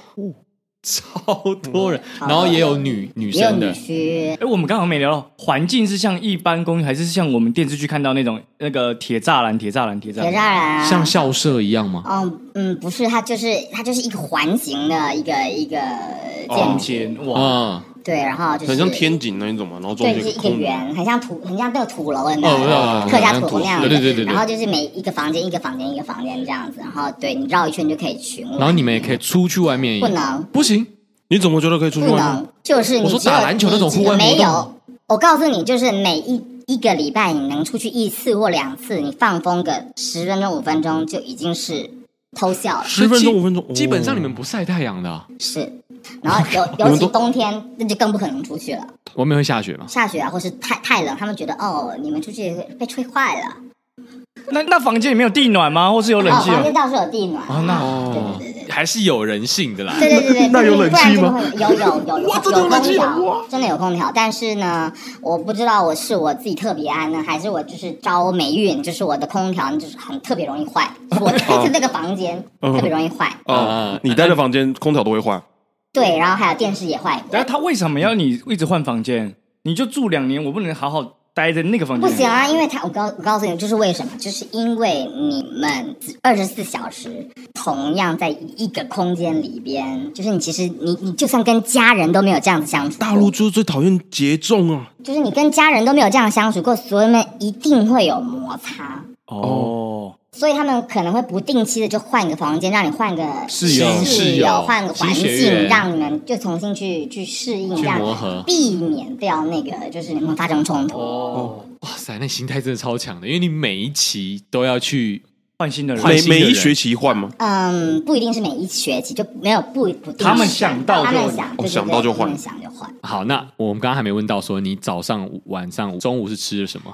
Speaker 3: 超多人，
Speaker 5: 嗯
Speaker 3: 然后也有女女
Speaker 5: 也有
Speaker 3: 生的
Speaker 5: 女，区，
Speaker 4: 哎，我们刚好没聊到环境是像一般公寓，还是像我们电视剧看到那种那个铁栅栏、铁栅栏、铁栅
Speaker 5: 铁
Speaker 4: 栏？
Speaker 5: 栅栏啊，
Speaker 3: 像校舍一样吗？
Speaker 5: 嗯嗯，不是，它就是它就是一个环形的一个一个
Speaker 2: 哦
Speaker 5: 建
Speaker 4: 空
Speaker 5: 筑，
Speaker 4: 间哇，
Speaker 3: 嗯，
Speaker 5: 对，然后就是
Speaker 2: 很像天井那一种嘛，然后中
Speaker 5: 对，
Speaker 2: 间
Speaker 5: 就是
Speaker 2: 有
Speaker 5: 一个
Speaker 2: 空的，
Speaker 5: 圆，很像土，很像那个土楼，你知
Speaker 3: 哦，
Speaker 5: 道
Speaker 3: 我知道我
Speaker 5: 吗？
Speaker 3: 知道，
Speaker 5: 客家
Speaker 3: 很
Speaker 5: 土楼
Speaker 3: 土
Speaker 5: 那样
Speaker 3: 对
Speaker 5: 子。
Speaker 3: 对对对对
Speaker 5: 然。后就是每一个房间一个房间一个房间这样子，然后对你绕一圈就可以巡逻。
Speaker 3: 然后你们也可以出去外面，
Speaker 5: 不能
Speaker 3: 不行，
Speaker 2: 你怎么觉得可以出去
Speaker 5: 不
Speaker 2: 外面？
Speaker 5: 能，就是
Speaker 3: 我
Speaker 5: 你
Speaker 3: 说
Speaker 5: 只有
Speaker 3: 打篮球那种户外活动
Speaker 5: 没有。我告诉你，就是每一一个礼拜你能出去一次或两次，你放风个十分钟五分钟就已经是偷笑了。
Speaker 2: 十分钟
Speaker 3: 所以基
Speaker 2: 五分钟
Speaker 3: 基本上
Speaker 2: 哦
Speaker 3: 你们不晒太阳的啊，
Speaker 5: 是，然后
Speaker 3: [laughs]
Speaker 5: 尤
Speaker 2: 你
Speaker 5: 尤
Speaker 2: 们
Speaker 5: 其
Speaker 2: 都
Speaker 5: 冬天那就更不可能出去了。
Speaker 3: 外面会下雪吗？
Speaker 5: 下雪啊，或是太太冷，他们觉得哦，你们出去会被吹坏了。
Speaker 4: 那那房间里面有地暖吗？或是有冷
Speaker 5: 哦，
Speaker 4: 气
Speaker 5: 房
Speaker 4: 吗
Speaker 5: 间？倒是有地暖。
Speaker 4: 啊，那
Speaker 3: 哦，还是有人性的啦。
Speaker 5: 对对对对，
Speaker 1: 那
Speaker 5: 不
Speaker 1: 有
Speaker 5: 然
Speaker 1: 冷气吗
Speaker 5: 不然真的会有有有有
Speaker 2: 哇真的有
Speaker 5: 空
Speaker 2: 冷气啊
Speaker 5: 调
Speaker 2: 哇，
Speaker 5: 真的有空调。但是呢，我不知道我是我自己特别安呢，还是我就是招霉运，就是我的空调就是很特别容易坏。我开的那个房间特别容易坏，
Speaker 3: 啊
Speaker 2: 啊，你待的房间空调都会坏，
Speaker 5: 对，然后还有电视也坏过
Speaker 4: 然后他为什么要你一直换房间？你就住两年，我不能好好待在那个房
Speaker 5: 不
Speaker 4: 间？
Speaker 5: 行啊，因为他我告我告诉你，这是为什么？就是因为你们二十四小时同样在一个空间里边，就是你其实你你就算跟家人都没有这样子相处过，
Speaker 2: 大陆就是最讨厌节奏啊，
Speaker 5: 就是你跟家人都没有这样相处过，所以他们一定会有摩擦，
Speaker 4: 哦，
Speaker 5: 所以他们可能会不定期的就换一个房间，让你换个
Speaker 4: 室友
Speaker 5: 室
Speaker 3: 室友
Speaker 5: 换个环
Speaker 3: 新学员
Speaker 5: 境，让你们就重新去去适应，
Speaker 3: 去
Speaker 5: 这样
Speaker 3: 磨合
Speaker 5: 避免掉那个就是你们发生冲突。
Speaker 3: 哇塞，那心态真的超强的，因为你每一期都要去
Speaker 4: 换新的人
Speaker 3: 换
Speaker 2: 每
Speaker 3: 新的
Speaker 2: 每
Speaker 3: 人
Speaker 2: 一学期换吗？
Speaker 5: 嗯，不一定是每一学期就没有不不定时，
Speaker 4: 他们想到就
Speaker 5: 他们想，
Speaker 2: 哦
Speaker 5: 对对对
Speaker 2: 想到就换
Speaker 5: 他们想就换。
Speaker 3: 好。那我们刚刚还没问到说你早上、晚上、中午是吃了什么？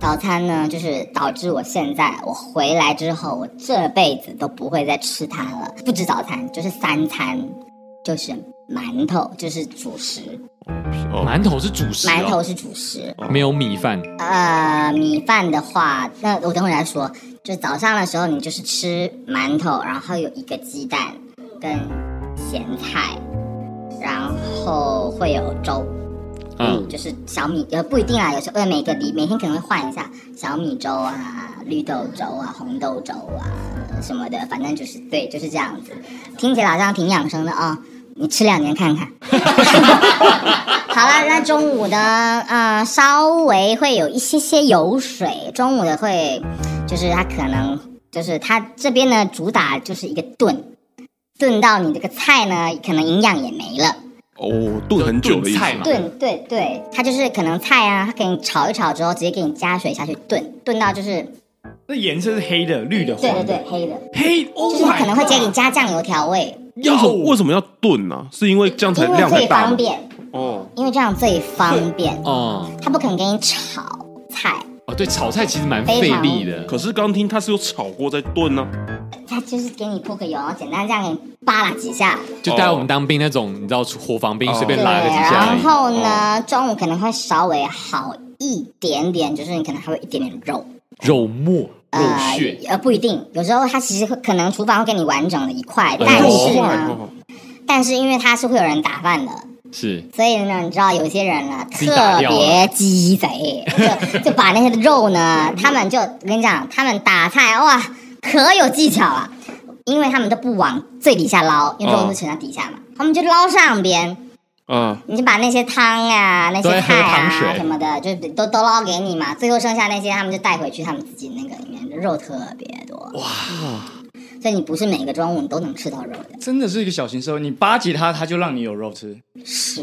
Speaker 5: 早餐呢，就是导致我现在我回来之后，我这辈子都不会再吃它了。不止早餐，就是三餐，就是馒头，就是主食，
Speaker 2: 哦
Speaker 3: 馒头是主食、哦，
Speaker 5: 馒头是主食。
Speaker 3: 没有米饭
Speaker 5: 呃，米饭的话，那我等会儿再说。就是早上的时候，你就是吃馒头，然后有一个鸡蛋跟咸菜，然后会有粥。
Speaker 3: 嗯
Speaker 5: 嗯，就是小米，呃，不一定啊，有时候呃，每个礼每天可能会换一下小米粥啊、绿豆粥啊、红豆粥啊什么的，反正就是对，就是这样子。听起来好像挺养生的啊、你吃两年看看。好了，那中午呢，呃，稍微会有一些些油水，中午的会，就是它可能就是它这边呢主打就是一个炖，炖到你这个菜呢可能营养也没了。
Speaker 2: 哦，炖很久的
Speaker 3: 炖
Speaker 2: 意思
Speaker 3: 菜嘛
Speaker 5: 炖，对对，它就是可能菜啊，它给你炒一炒之后，直接给你加水下去炖，炖到就是
Speaker 4: 那颜色是黑的、绿的、
Speaker 5: 对
Speaker 4: 黄的，
Speaker 5: 对
Speaker 4: oh
Speaker 5: 对黑的，
Speaker 4: 黑，就
Speaker 5: 就是可能会直接给你加酱油调味，
Speaker 2: 为什么为什么要炖呢？是因为这样才
Speaker 5: 因为
Speaker 2: 量才
Speaker 5: 最
Speaker 2: 大
Speaker 5: 方
Speaker 2: 吗
Speaker 5: 便，
Speaker 2: 哦，
Speaker 5: 因为这样最方便，
Speaker 3: 哦
Speaker 5: 它不肯给你炒菜，
Speaker 3: 哦，对，炒菜其实蛮费力的。
Speaker 2: 可是刚听他是有炒过再炖呢，
Speaker 5: 它就是给你泼个油，然后简单这样给你扒拉几下，
Speaker 3: 就带我们当兵那种，你知道火防兵
Speaker 2: 哦
Speaker 3: 随便
Speaker 5: 对，啊
Speaker 3: 拉个几下而
Speaker 5: 然
Speaker 3: 已。哦
Speaker 5: 后呢，中午可能会稍微好一点点，就是你可能还会有一点点肉。
Speaker 3: 肉末、肉屑，
Speaker 5: 呃，不一定，有时候它其实会可能厨房会给你完整的一块，
Speaker 3: 哎
Speaker 5: 但
Speaker 3: 呦
Speaker 5: 是
Speaker 2: 块
Speaker 5: 呢，
Speaker 2: 哦
Speaker 5: 但是因为它是会有人打饭的，
Speaker 3: 是
Speaker 5: 所以呢，你知道有些人呢
Speaker 3: 自己打
Speaker 5: 特
Speaker 3: 掉啊
Speaker 5: 别鸡贼，就 [laughs] 就把那些肉呢，他们就我跟你讲，他们打菜哇可有技巧了，因为他们都不往最底下捞，因为肉
Speaker 2: 哦
Speaker 5: 都存在底下
Speaker 3: 嗯
Speaker 5: 嘛，他们就捞上边。
Speaker 2: 啊，
Speaker 5: 你就把那些汤啊、那
Speaker 3: 都在
Speaker 5: 些
Speaker 3: 喝
Speaker 5: 菜
Speaker 3: 汤
Speaker 5: 啊
Speaker 3: 水
Speaker 5: 什么的，就都都捞给你嘛。最后剩下那些，他们就带回去他们自己那个里面，肉特别多。哇！所以你不是每个中午你都能吃到肉的，
Speaker 4: 真的是一个小型社会。你巴结他，他就让你有肉吃。
Speaker 5: 是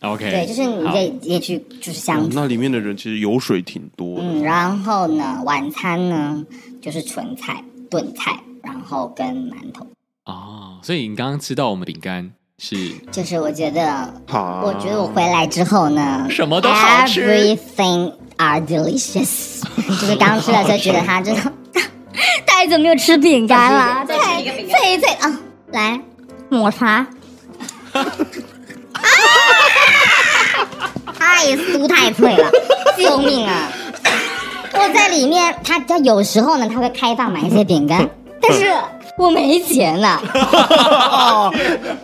Speaker 3: ，OK，
Speaker 5: 对，就是你
Speaker 3: 好
Speaker 5: 得也去就是相处。
Speaker 2: 哦那里面的人其实油水挺多的，
Speaker 5: 嗯，然后呢，晚餐呢就是纯菜、炖菜，然后跟馒头。
Speaker 3: 哦，所以你刚刚吃到我们饼干，是
Speaker 5: 就是我觉得，
Speaker 2: 好，
Speaker 5: 我觉得我回来之后呢，
Speaker 3: 什么都好吃
Speaker 5: Everything are delicious，就是刚吃了就觉得它真的太久没有吃饼干了，
Speaker 6: 再吃一个再吃一个饼干
Speaker 5: 脆脆啊，来抹茶。啊！太酥太脆了，救命啊！我在里面，它它有时候呢，它会开放买一些饼干，但是我没钱了。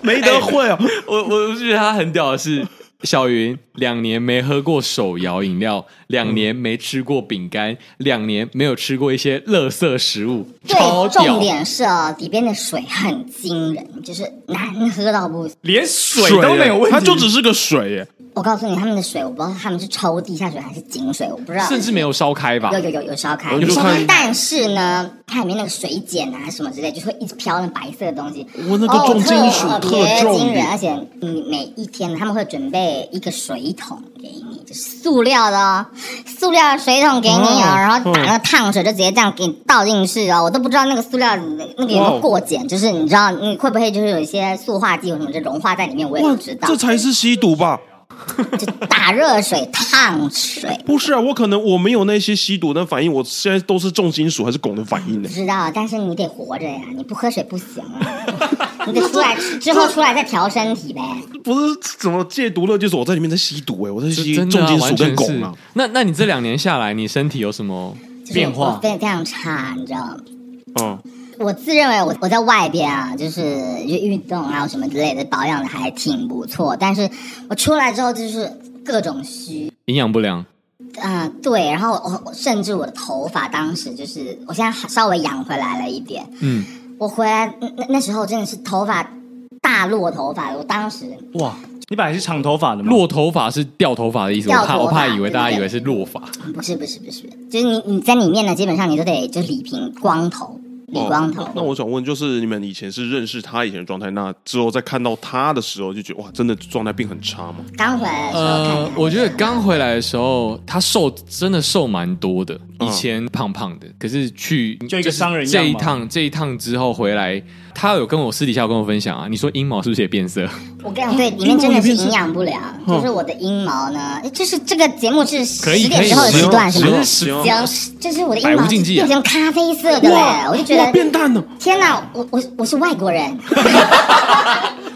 Speaker 2: 没得会
Speaker 4: 哎
Speaker 2: 哦，
Speaker 3: 我我觉得他很屌的是，小云两年没喝过手摇饮料，两年没吃过饼干，两年没有吃过一些垃圾食物，超
Speaker 5: 对，重
Speaker 3: 屌。
Speaker 5: 点是哦，里边的水很惊人，就是难喝到不行。
Speaker 4: 连水都没有问题，
Speaker 2: 它就只是个水耶，
Speaker 5: 我告诉你，他们的水我不知道他们是抽地下水还是井水，我不知道。
Speaker 3: 甚至没有烧开吧
Speaker 5: 啊有？有有有烧开，
Speaker 2: 我就看
Speaker 5: 但是呢，它里面那个水碱啊什么之类，就是会一直飘那白色的东西。
Speaker 2: 我那个重金属
Speaker 5: 哦特
Speaker 2: 特
Speaker 5: 别
Speaker 2: 重
Speaker 5: 惊人，
Speaker 2: 的，
Speaker 5: 而且你每一天他们会准备一个水桶给你，就是塑料的哦，塑料水桶给你哦，
Speaker 2: 哦
Speaker 5: 然后把那个烫水就直接这样给你倒进去哦，我都不知道那个塑料那那个有没有过碱，就是你知道你会不会就是有一些塑化剂或什么就融化在里面，我也不
Speaker 2: 哇
Speaker 5: 知，道
Speaker 2: 这。才是吸毒吧？
Speaker 5: 就打热水烫水，
Speaker 2: 不是啊，我可能我没有那些吸毒的反应，我现在都是重金属还是汞的反应呢
Speaker 5: 不？知道，但是你得活着呀，你不喝水不行
Speaker 4: [laughs]
Speaker 5: 啊，你得出来之后出来再调身体呗。
Speaker 2: [laughs] 不是怎么戒毒乐，就是我在里面在吸毒哎，我在
Speaker 3: 这
Speaker 2: 吸
Speaker 3: 真
Speaker 2: 重
Speaker 3: 的啊、
Speaker 2: 金属
Speaker 3: 完全
Speaker 2: 跟
Speaker 3: 是。
Speaker 2: 汞啊。
Speaker 3: 那那你这两年下来，你身体有什么？
Speaker 5: 就是
Speaker 4: 变化
Speaker 5: 我非非常差，你知道吗？
Speaker 2: 嗯，
Speaker 5: 我自认为我我在外边啊，就是运运动啊什么之类的保养的还挺不错，但是我出来之后就是各种虚，
Speaker 3: 营养不良，
Speaker 5: 嗯、对，然后我我甚至我的头发当时就是，我现在稍微养回来了一点，
Speaker 3: 嗯，
Speaker 5: 我回来那那那时候真的是头发大落头发，我当时
Speaker 4: 哇！你本来是长头发的吗？
Speaker 3: 落头发是掉头发的意思，我
Speaker 5: 掉
Speaker 3: 怕
Speaker 5: 头
Speaker 3: 我怕
Speaker 5: 发
Speaker 3: 以为大家
Speaker 5: 对
Speaker 3: 以
Speaker 5: 对
Speaker 3: 为是落发，
Speaker 5: 不是不是不是，就是你你在里面呢，基本上你都得就理平光头，理光头。
Speaker 2: 哦那。那我想问，就是你们以前是认识他以前的状态，那之后再看到他的时候，就觉得哇，真的状态变很差吗？
Speaker 5: 刚回来的时候看
Speaker 3: 呃
Speaker 5: 看，，
Speaker 3: 我觉得刚回来的时候，他瘦真的瘦蛮多的，
Speaker 2: 嗯
Speaker 3: 以前胖胖的，可是去
Speaker 4: 就一个商人
Speaker 3: 就是
Speaker 4: 样
Speaker 3: 这
Speaker 4: 嘛
Speaker 3: 一趟这一趟之后回来，他有跟我私底下有跟我分享啊，你说阴毛是不是也变
Speaker 4: [laughs]
Speaker 3: 色？
Speaker 5: 我跟你讲，对，里面真的是营养不良，就是我的阴毛呢，诶就是这个节目是
Speaker 3: 嗯可以
Speaker 5: 十
Speaker 3: 可
Speaker 5: 点
Speaker 3: 以，
Speaker 5: 之后的时段，
Speaker 2: 行
Speaker 5: 是
Speaker 2: 吗
Speaker 5: 吗？
Speaker 2: 行
Speaker 5: 只要是就是我的阴
Speaker 3: 百
Speaker 5: 毛
Speaker 3: 无禁忌啊
Speaker 5: 变成咖啡色的嘞，我就觉
Speaker 2: 哇，变
Speaker 5: 得
Speaker 2: 淡了，
Speaker 5: 天哪，我我我是外国
Speaker 3: [laughs]
Speaker 5: 人，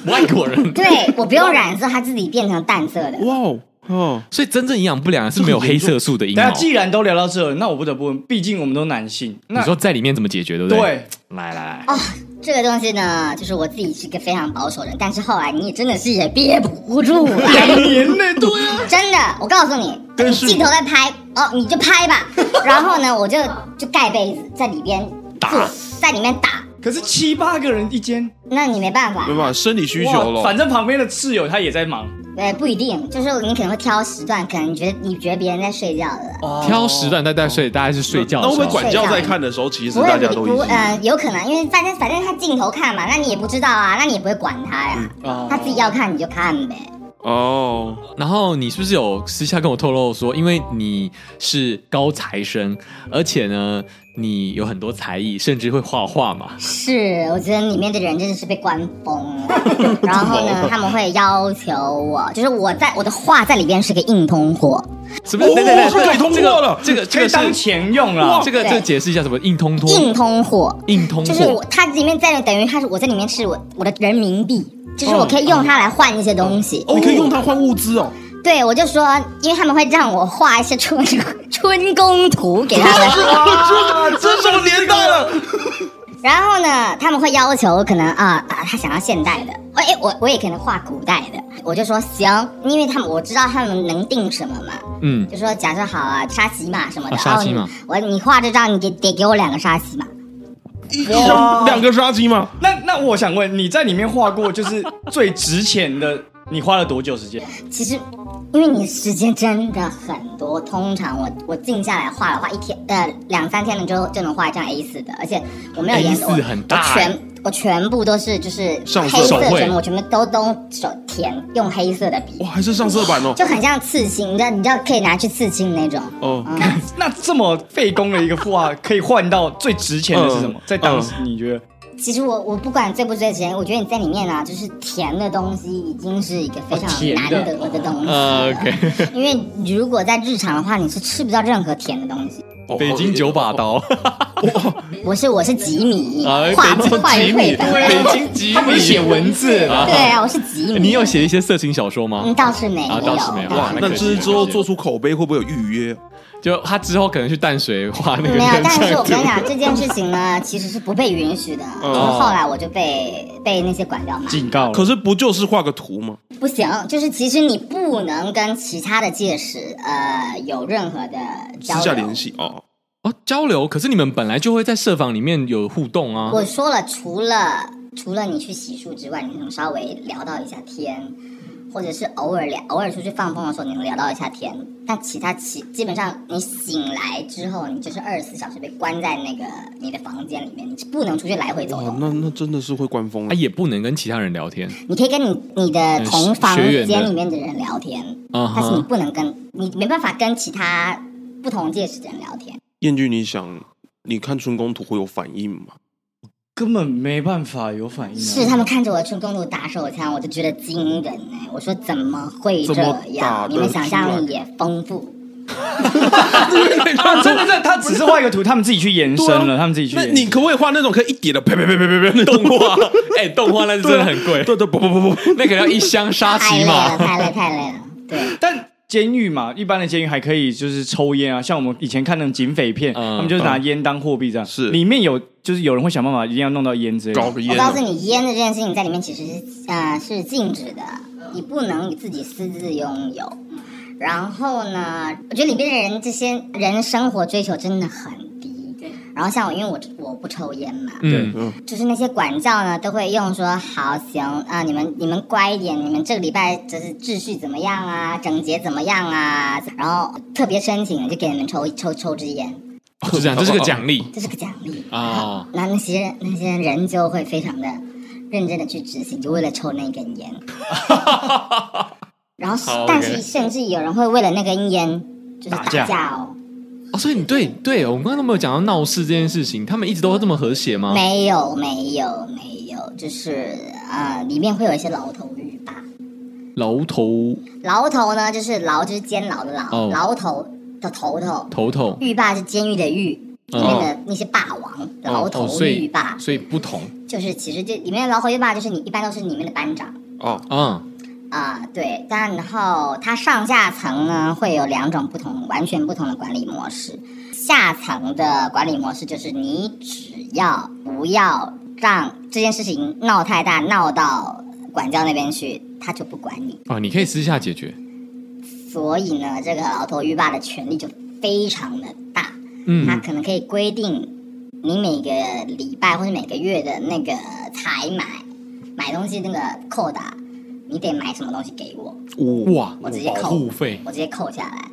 Speaker 3: 外国人，
Speaker 5: 对我不用染色，它自己变成淡色的。
Speaker 2: 哇哦，哦，
Speaker 3: 所以真正营养不良是没有黑色素的阴
Speaker 4: [laughs] 大
Speaker 3: 毛
Speaker 4: 家。既然都聊到这，那我不得不问，毕竟我们都男性，那
Speaker 3: 你说在里面怎么解决，对不对？
Speaker 4: 对，
Speaker 3: 来来来，
Speaker 5: 哦，这个东西呢，就是我自己是个非常保守人，但是后来你真的是也憋不住了。
Speaker 4: 年内对啊，
Speaker 5: 真的，我告诉你，
Speaker 2: 但
Speaker 5: 你
Speaker 2: 是
Speaker 5: 镜头在拍哦，你就
Speaker 2: [laughs]
Speaker 5: 拍吧。然后呢，我就就盖被子在里边打，在里面打，
Speaker 4: 可是七八个人一间，
Speaker 5: 那你没办法
Speaker 2: 没。办法，生理需求
Speaker 4: 哇，
Speaker 2: 了
Speaker 4: 反。正旁边的室友他也在忙，
Speaker 5: 呃，不一定，就是你可能会挑时段，可能你觉得你觉得别人在睡觉的，
Speaker 3: 挑时段在在睡，大概是睡觉
Speaker 2: 那
Speaker 3: 的
Speaker 2: 会
Speaker 3: 时
Speaker 2: 不会
Speaker 3: 候。
Speaker 2: 管教在看的时候，其实
Speaker 5: 不会
Speaker 2: 大家
Speaker 5: 不
Speaker 2: 都一
Speaker 5: 不
Speaker 2: 起？
Speaker 5: 呃，有可能，因为反正反正他镜头看嘛，那你也不知道啊，那你也不会管他呀，
Speaker 2: 嗯
Speaker 4: 哦
Speaker 5: 他自己要看你就看呗。
Speaker 2: 哦，
Speaker 3: 然后你是不是有私下跟我透露说，因为你是高材生，而且呢，你有很多才艺，甚至会画画嘛？
Speaker 5: 是，我觉得里面的人真的是被关疯
Speaker 2: [laughs]
Speaker 5: 了。然后呢，他们会要求我，就是我在我的画在里边是个硬通货。
Speaker 3: 什么？等等等，
Speaker 2: 哦这可以通过了
Speaker 3: 这个
Speaker 4: 可
Speaker 3: 这
Speaker 4: 以
Speaker 3: 个这
Speaker 4: 当
Speaker 3: 个是啊
Speaker 4: 钱用
Speaker 2: 啊
Speaker 4: 了。
Speaker 3: 这个
Speaker 5: 对
Speaker 3: 这个解释一下，什么硬通通
Speaker 5: 硬通货，
Speaker 3: 硬通
Speaker 5: 就是我
Speaker 3: 货？
Speaker 5: 它里面在等于它是我在里面是我我的人民币，就是我可以用它来换一些东西。
Speaker 2: 哦，你可以用它换物资哦。
Speaker 5: 对，我就说，因为他们会让我画一些春春宫图给他
Speaker 2: [laughs]
Speaker 5: 们，
Speaker 2: 哇，
Speaker 5: 哦
Speaker 2: 这什么年代了？
Speaker 5: 然后呢，他们会要求可能啊啊，他想要现代的，哎我我也可能画古代的，我就说行，因为他们我知道他们能定什么嘛，
Speaker 3: 嗯，
Speaker 5: 就说假设好啊，沙琪玛什么的，
Speaker 3: 啊沙琪玛
Speaker 5: 哦你我你画这张，你得得给我两个沙琪玛，哦
Speaker 2: 两两个杀鸡吗？
Speaker 4: 那那我想问，你在里面画过就是最值钱的，你花了多久时间？
Speaker 5: 其实，因为你时间真的很多，通常我我静下来画的话，一天呃两三天了之后就能画一张 A 四的，而且我没有颜
Speaker 3: A4 很大
Speaker 5: 我全我全部都是就是
Speaker 2: 上色
Speaker 5: 黑色
Speaker 3: 手绘
Speaker 5: 的全部，我全部都都手填用黑色的笔，
Speaker 2: 哇，还是上色版哦。
Speaker 5: 就很像刺青，你知道你知道可以拿去刺青那种。嗯
Speaker 2: 哦，
Speaker 4: 那这么费工的一个画，可以换到最值钱的是什么
Speaker 2: 嗯？
Speaker 4: 在当时你觉得
Speaker 5: 其实我我不管追不追求，我觉得你在里面啊，就是甜的东西已经是一个非常
Speaker 4: 哦甜的
Speaker 5: 难得的东西，
Speaker 3: 呃，OK，
Speaker 2: [laughs]
Speaker 5: 因为你如果在日常的话，你是吃不到任何甜的东西。
Speaker 3: 哦
Speaker 2: 哦
Speaker 3: 北京九把刀，
Speaker 5: 我是我是吉
Speaker 3: [laughs]
Speaker 5: 米，
Speaker 3: 啊，北
Speaker 5: 画不
Speaker 3: 京
Speaker 5: 画
Speaker 3: 吉
Speaker 5: 一
Speaker 3: 米，
Speaker 5: 绘本。
Speaker 3: 北京吉
Speaker 4: 他不是写
Speaker 3: 米，
Speaker 4: 文字，
Speaker 5: 对啊，我是吉米。
Speaker 3: 哎你有写一些色情小说吗
Speaker 5: 嗯，？倒是没有，
Speaker 3: 啊倒是没有哇
Speaker 2: 哦那这是之后做出口碑会不会有预约？
Speaker 3: 就他之后可能去淡水画那个
Speaker 5: 嗯没有，
Speaker 3: 人
Speaker 5: 但是
Speaker 3: 像
Speaker 5: 我
Speaker 3: 嗯
Speaker 5: 跟你
Speaker 3: 图，
Speaker 5: 讲，这件事情呢，其实是不被允许的。然后后来我就被被那些管掉嘛。
Speaker 4: 警告了。
Speaker 2: 可是不就是画个图吗？
Speaker 5: 不行，就是其实你不能跟其他的戒指呃有任何的交
Speaker 2: 私下
Speaker 5: 流
Speaker 2: 联。系哦，
Speaker 3: 哦，交流。可是你们本来就会在社房里面有互动啊。
Speaker 5: 我说了，除了除了你去洗漱之外，你能稍微聊到一下天，或者是偶尔聊，偶尔出去放风的时候，你能聊到一下天。但其他其基本上，你醒来之后，你就是二十四小时被关在那个你的房间里面，你是不能出去来回走
Speaker 2: 哇
Speaker 3: 哦
Speaker 5: 动，。
Speaker 2: 那那真的是会官方
Speaker 3: 啊，也不能跟其他人聊天
Speaker 5: 你可以跟你你的同房间里面的人聊天，
Speaker 3: 啊
Speaker 5: 但是你
Speaker 3: 哈。
Speaker 5: 不能跟你没办法跟其他不同戒指的人聊天。
Speaker 2: 燕君，你想你看春宫图会有反应吗？ [laughs]
Speaker 4: 根本没办法有反应、啊。
Speaker 5: 是他们看着我春宫路打手枪，我就觉得惊人哎、我说怎么会这
Speaker 2: 怎么打
Speaker 5: 样？
Speaker 2: 得
Speaker 5: 你们想象力也丰富。
Speaker 4: 啊，真的，真的，他只是画一个图，他们自己去延伸了，
Speaker 2: 对啊
Speaker 4: 他们自己去
Speaker 2: 那
Speaker 4: 延伸。
Speaker 2: 你可不可以画那种可以一叠的呸呸呸呸呸呸那
Speaker 3: [laughs]
Speaker 2: 种
Speaker 3: 动
Speaker 2: [laughs]
Speaker 3: 画，哎，动画那是真的很贵，
Speaker 2: 对对，不不不不，
Speaker 3: [laughs] 那个要一箱沙
Speaker 5: 太
Speaker 3: 琪
Speaker 5: 累了，
Speaker 3: 玛。
Speaker 5: 太累，太累了。对，
Speaker 4: 但监狱嘛，一般的监狱还可以就是抽烟啊，像我们以前看那种警匪片，
Speaker 3: 嗯
Speaker 4: 他们就是拿烟当货币这样。
Speaker 2: 是
Speaker 4: 里面有就是有人会想办法一定要弄到烟之类
Speaker 2: 搞
Speaker 4: 的。
Speaker 2: 个
Speaker 5: 我
Speaker 2: 烟啊
Speaker 5: 告诉你，烟的这件事情在里面其实是呃是禁止的，你不能自己私自拥有。然后呢，我觉得里面的人这些人生活追求真的很低。然后像我，因为我我不抽烟嘛，
Speaker 3: 嗯，
Speaker 5: 就是那些管教呢，都会用说好行啊，你们你们乖一点，你们这个礼拜就是秩序怎么样啊，整洁怎么样啊，然后特别申请就给你们抽抽抽支烟，
Speaker 3: 哦就这样，这是个奖励
Speaker 5: 这是个奖励。
Speaker 3: 啊。
Speaker 5: 那那些那些人就会非常的认真的去执行，就为了抽那根烟。然后是
Speaker 3: 好，
Speaker 5: 但
Speaker 3: OK
Speaker 5: 是甚至有人会为了那根烟就是
Speaker 4: 打
Speaker 5: 打
Speaker 4: 架
Speaker 5: 架哦，
Speaker 3: 哦，所以你对对，我们刚刚都没有讲到闹事这件事情，他们一直都这么和谐吗？
Speaker 5: 没有没有没有，就是呃，里面会有一些牢头狱霸。
Speaker 3: 牢头
Speaker 5: 牢头呢，就是牢就是监牢的牢，
Speaker 3: 哦
Speaker 5: 牢头的头头，
Speaker 3: 头头
Speaker 5: 狱霸是监狱的狱。
Speaker 3: 哦
Speaker 5: 里面的那些霸王，牢
Speaker 3: 哦哦
Speaker 5: 头
Speaker 3: 所以
Speaker 5: 狱霸，
Speaker 3: 所以不同
Speaker 5: 就是其实这里面的牢头狱霸就是你一般都是里面的班长
Speaker 2: 哦，
Speaker 3: 啊。
Speaker 5: 啊、对。但然后它上下层呢会有两种不同、完全不同的管理模式。下层的管理模式就是你只要不要让这件事情闹太大，闹到管教那边去，他就不管你。
Speaker 3: 哦，你可以私下解决。
Speaker 5: 所以呢，这个老头鱼爸的权力就非常的大，他
Speaker 3: 嗯，
Speaker 5: 可能可以规定你每个礼拜或者每个月的那个采买买东西那个扣打，你得买什么东西给我，
Speaker 3: 哇，
Speaker 5: 我直接
Speaker 3: 保
Speaker 5: 扣
Speaker 3: 护费
Speaker 5: 我直接扣下来。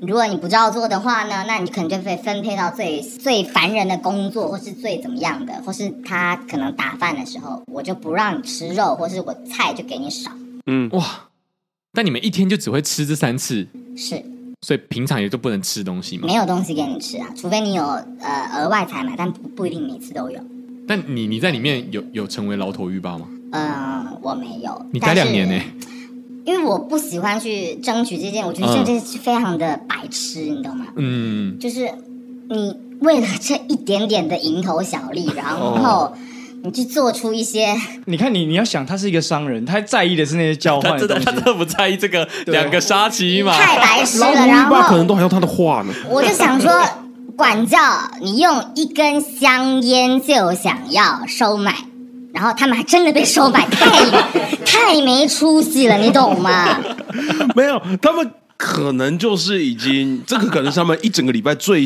Speaker 5: 如果你不照做的话呢，那你可能就被分配到最最烦人的工作，或是最怎么样的，或是他可能打饭的时候，我就不让你吃肉，或是我菜就给你少。
Speaker 2: 嗯，
Speaker 3: 哇！但你们一天就只会吃这三次，
Speaker 5: 是，
Speaker 3: 所以平常也就不能吃东西嘛
Speaker 5: 没。有东西给你吃啊，除非你有呃额外采买，但不不一定每次都有。
Speaker 3: 但你你在里面有有成为牢头狱霸吗？
Speaker 5: 嗯，我没有。
Speaker 3: 你待
Speaker 5: 但
Speaker 3: 两
Speaker 5: 是
Speaker 3: 年呢、
Speaker 5: 因为我不喜欢去争取这件，我觉
Speaker 3: 嗯
Speaker 5: 得这件事非常的白痴，你懂吗？
Speaker 3: 嗯，
Speaker 5: 就是你为了这一点点的蝇头小利，然
Speaker 3: 哦
Speaker 5: 后你去做出一
Speaker 3: 啊
Speaker 5: 些
Speaker 4: 你看你，你要想，他是一个商人，他在意的是那些交换的东西。
Speaker 3: 的不在意这个两个沙琪玛
Speaker 5: 太白痴
Speaker 2: 老
Speaker 5: 了，
Speaker 2: 虎
Speaker 5: 然
Speaker 2: 一爸可能
Speaker 5: 后
Speaker 2: 都还要他的画呢。 [laughs]
Speaker 5: 我就想说。管教你用一根香烟就想要收买，然后他们还真的被收买，太太没出息了，你懂吗？
Speaker 2: 没有，他们可能就是已经，这个可能是他们一整个礼拜最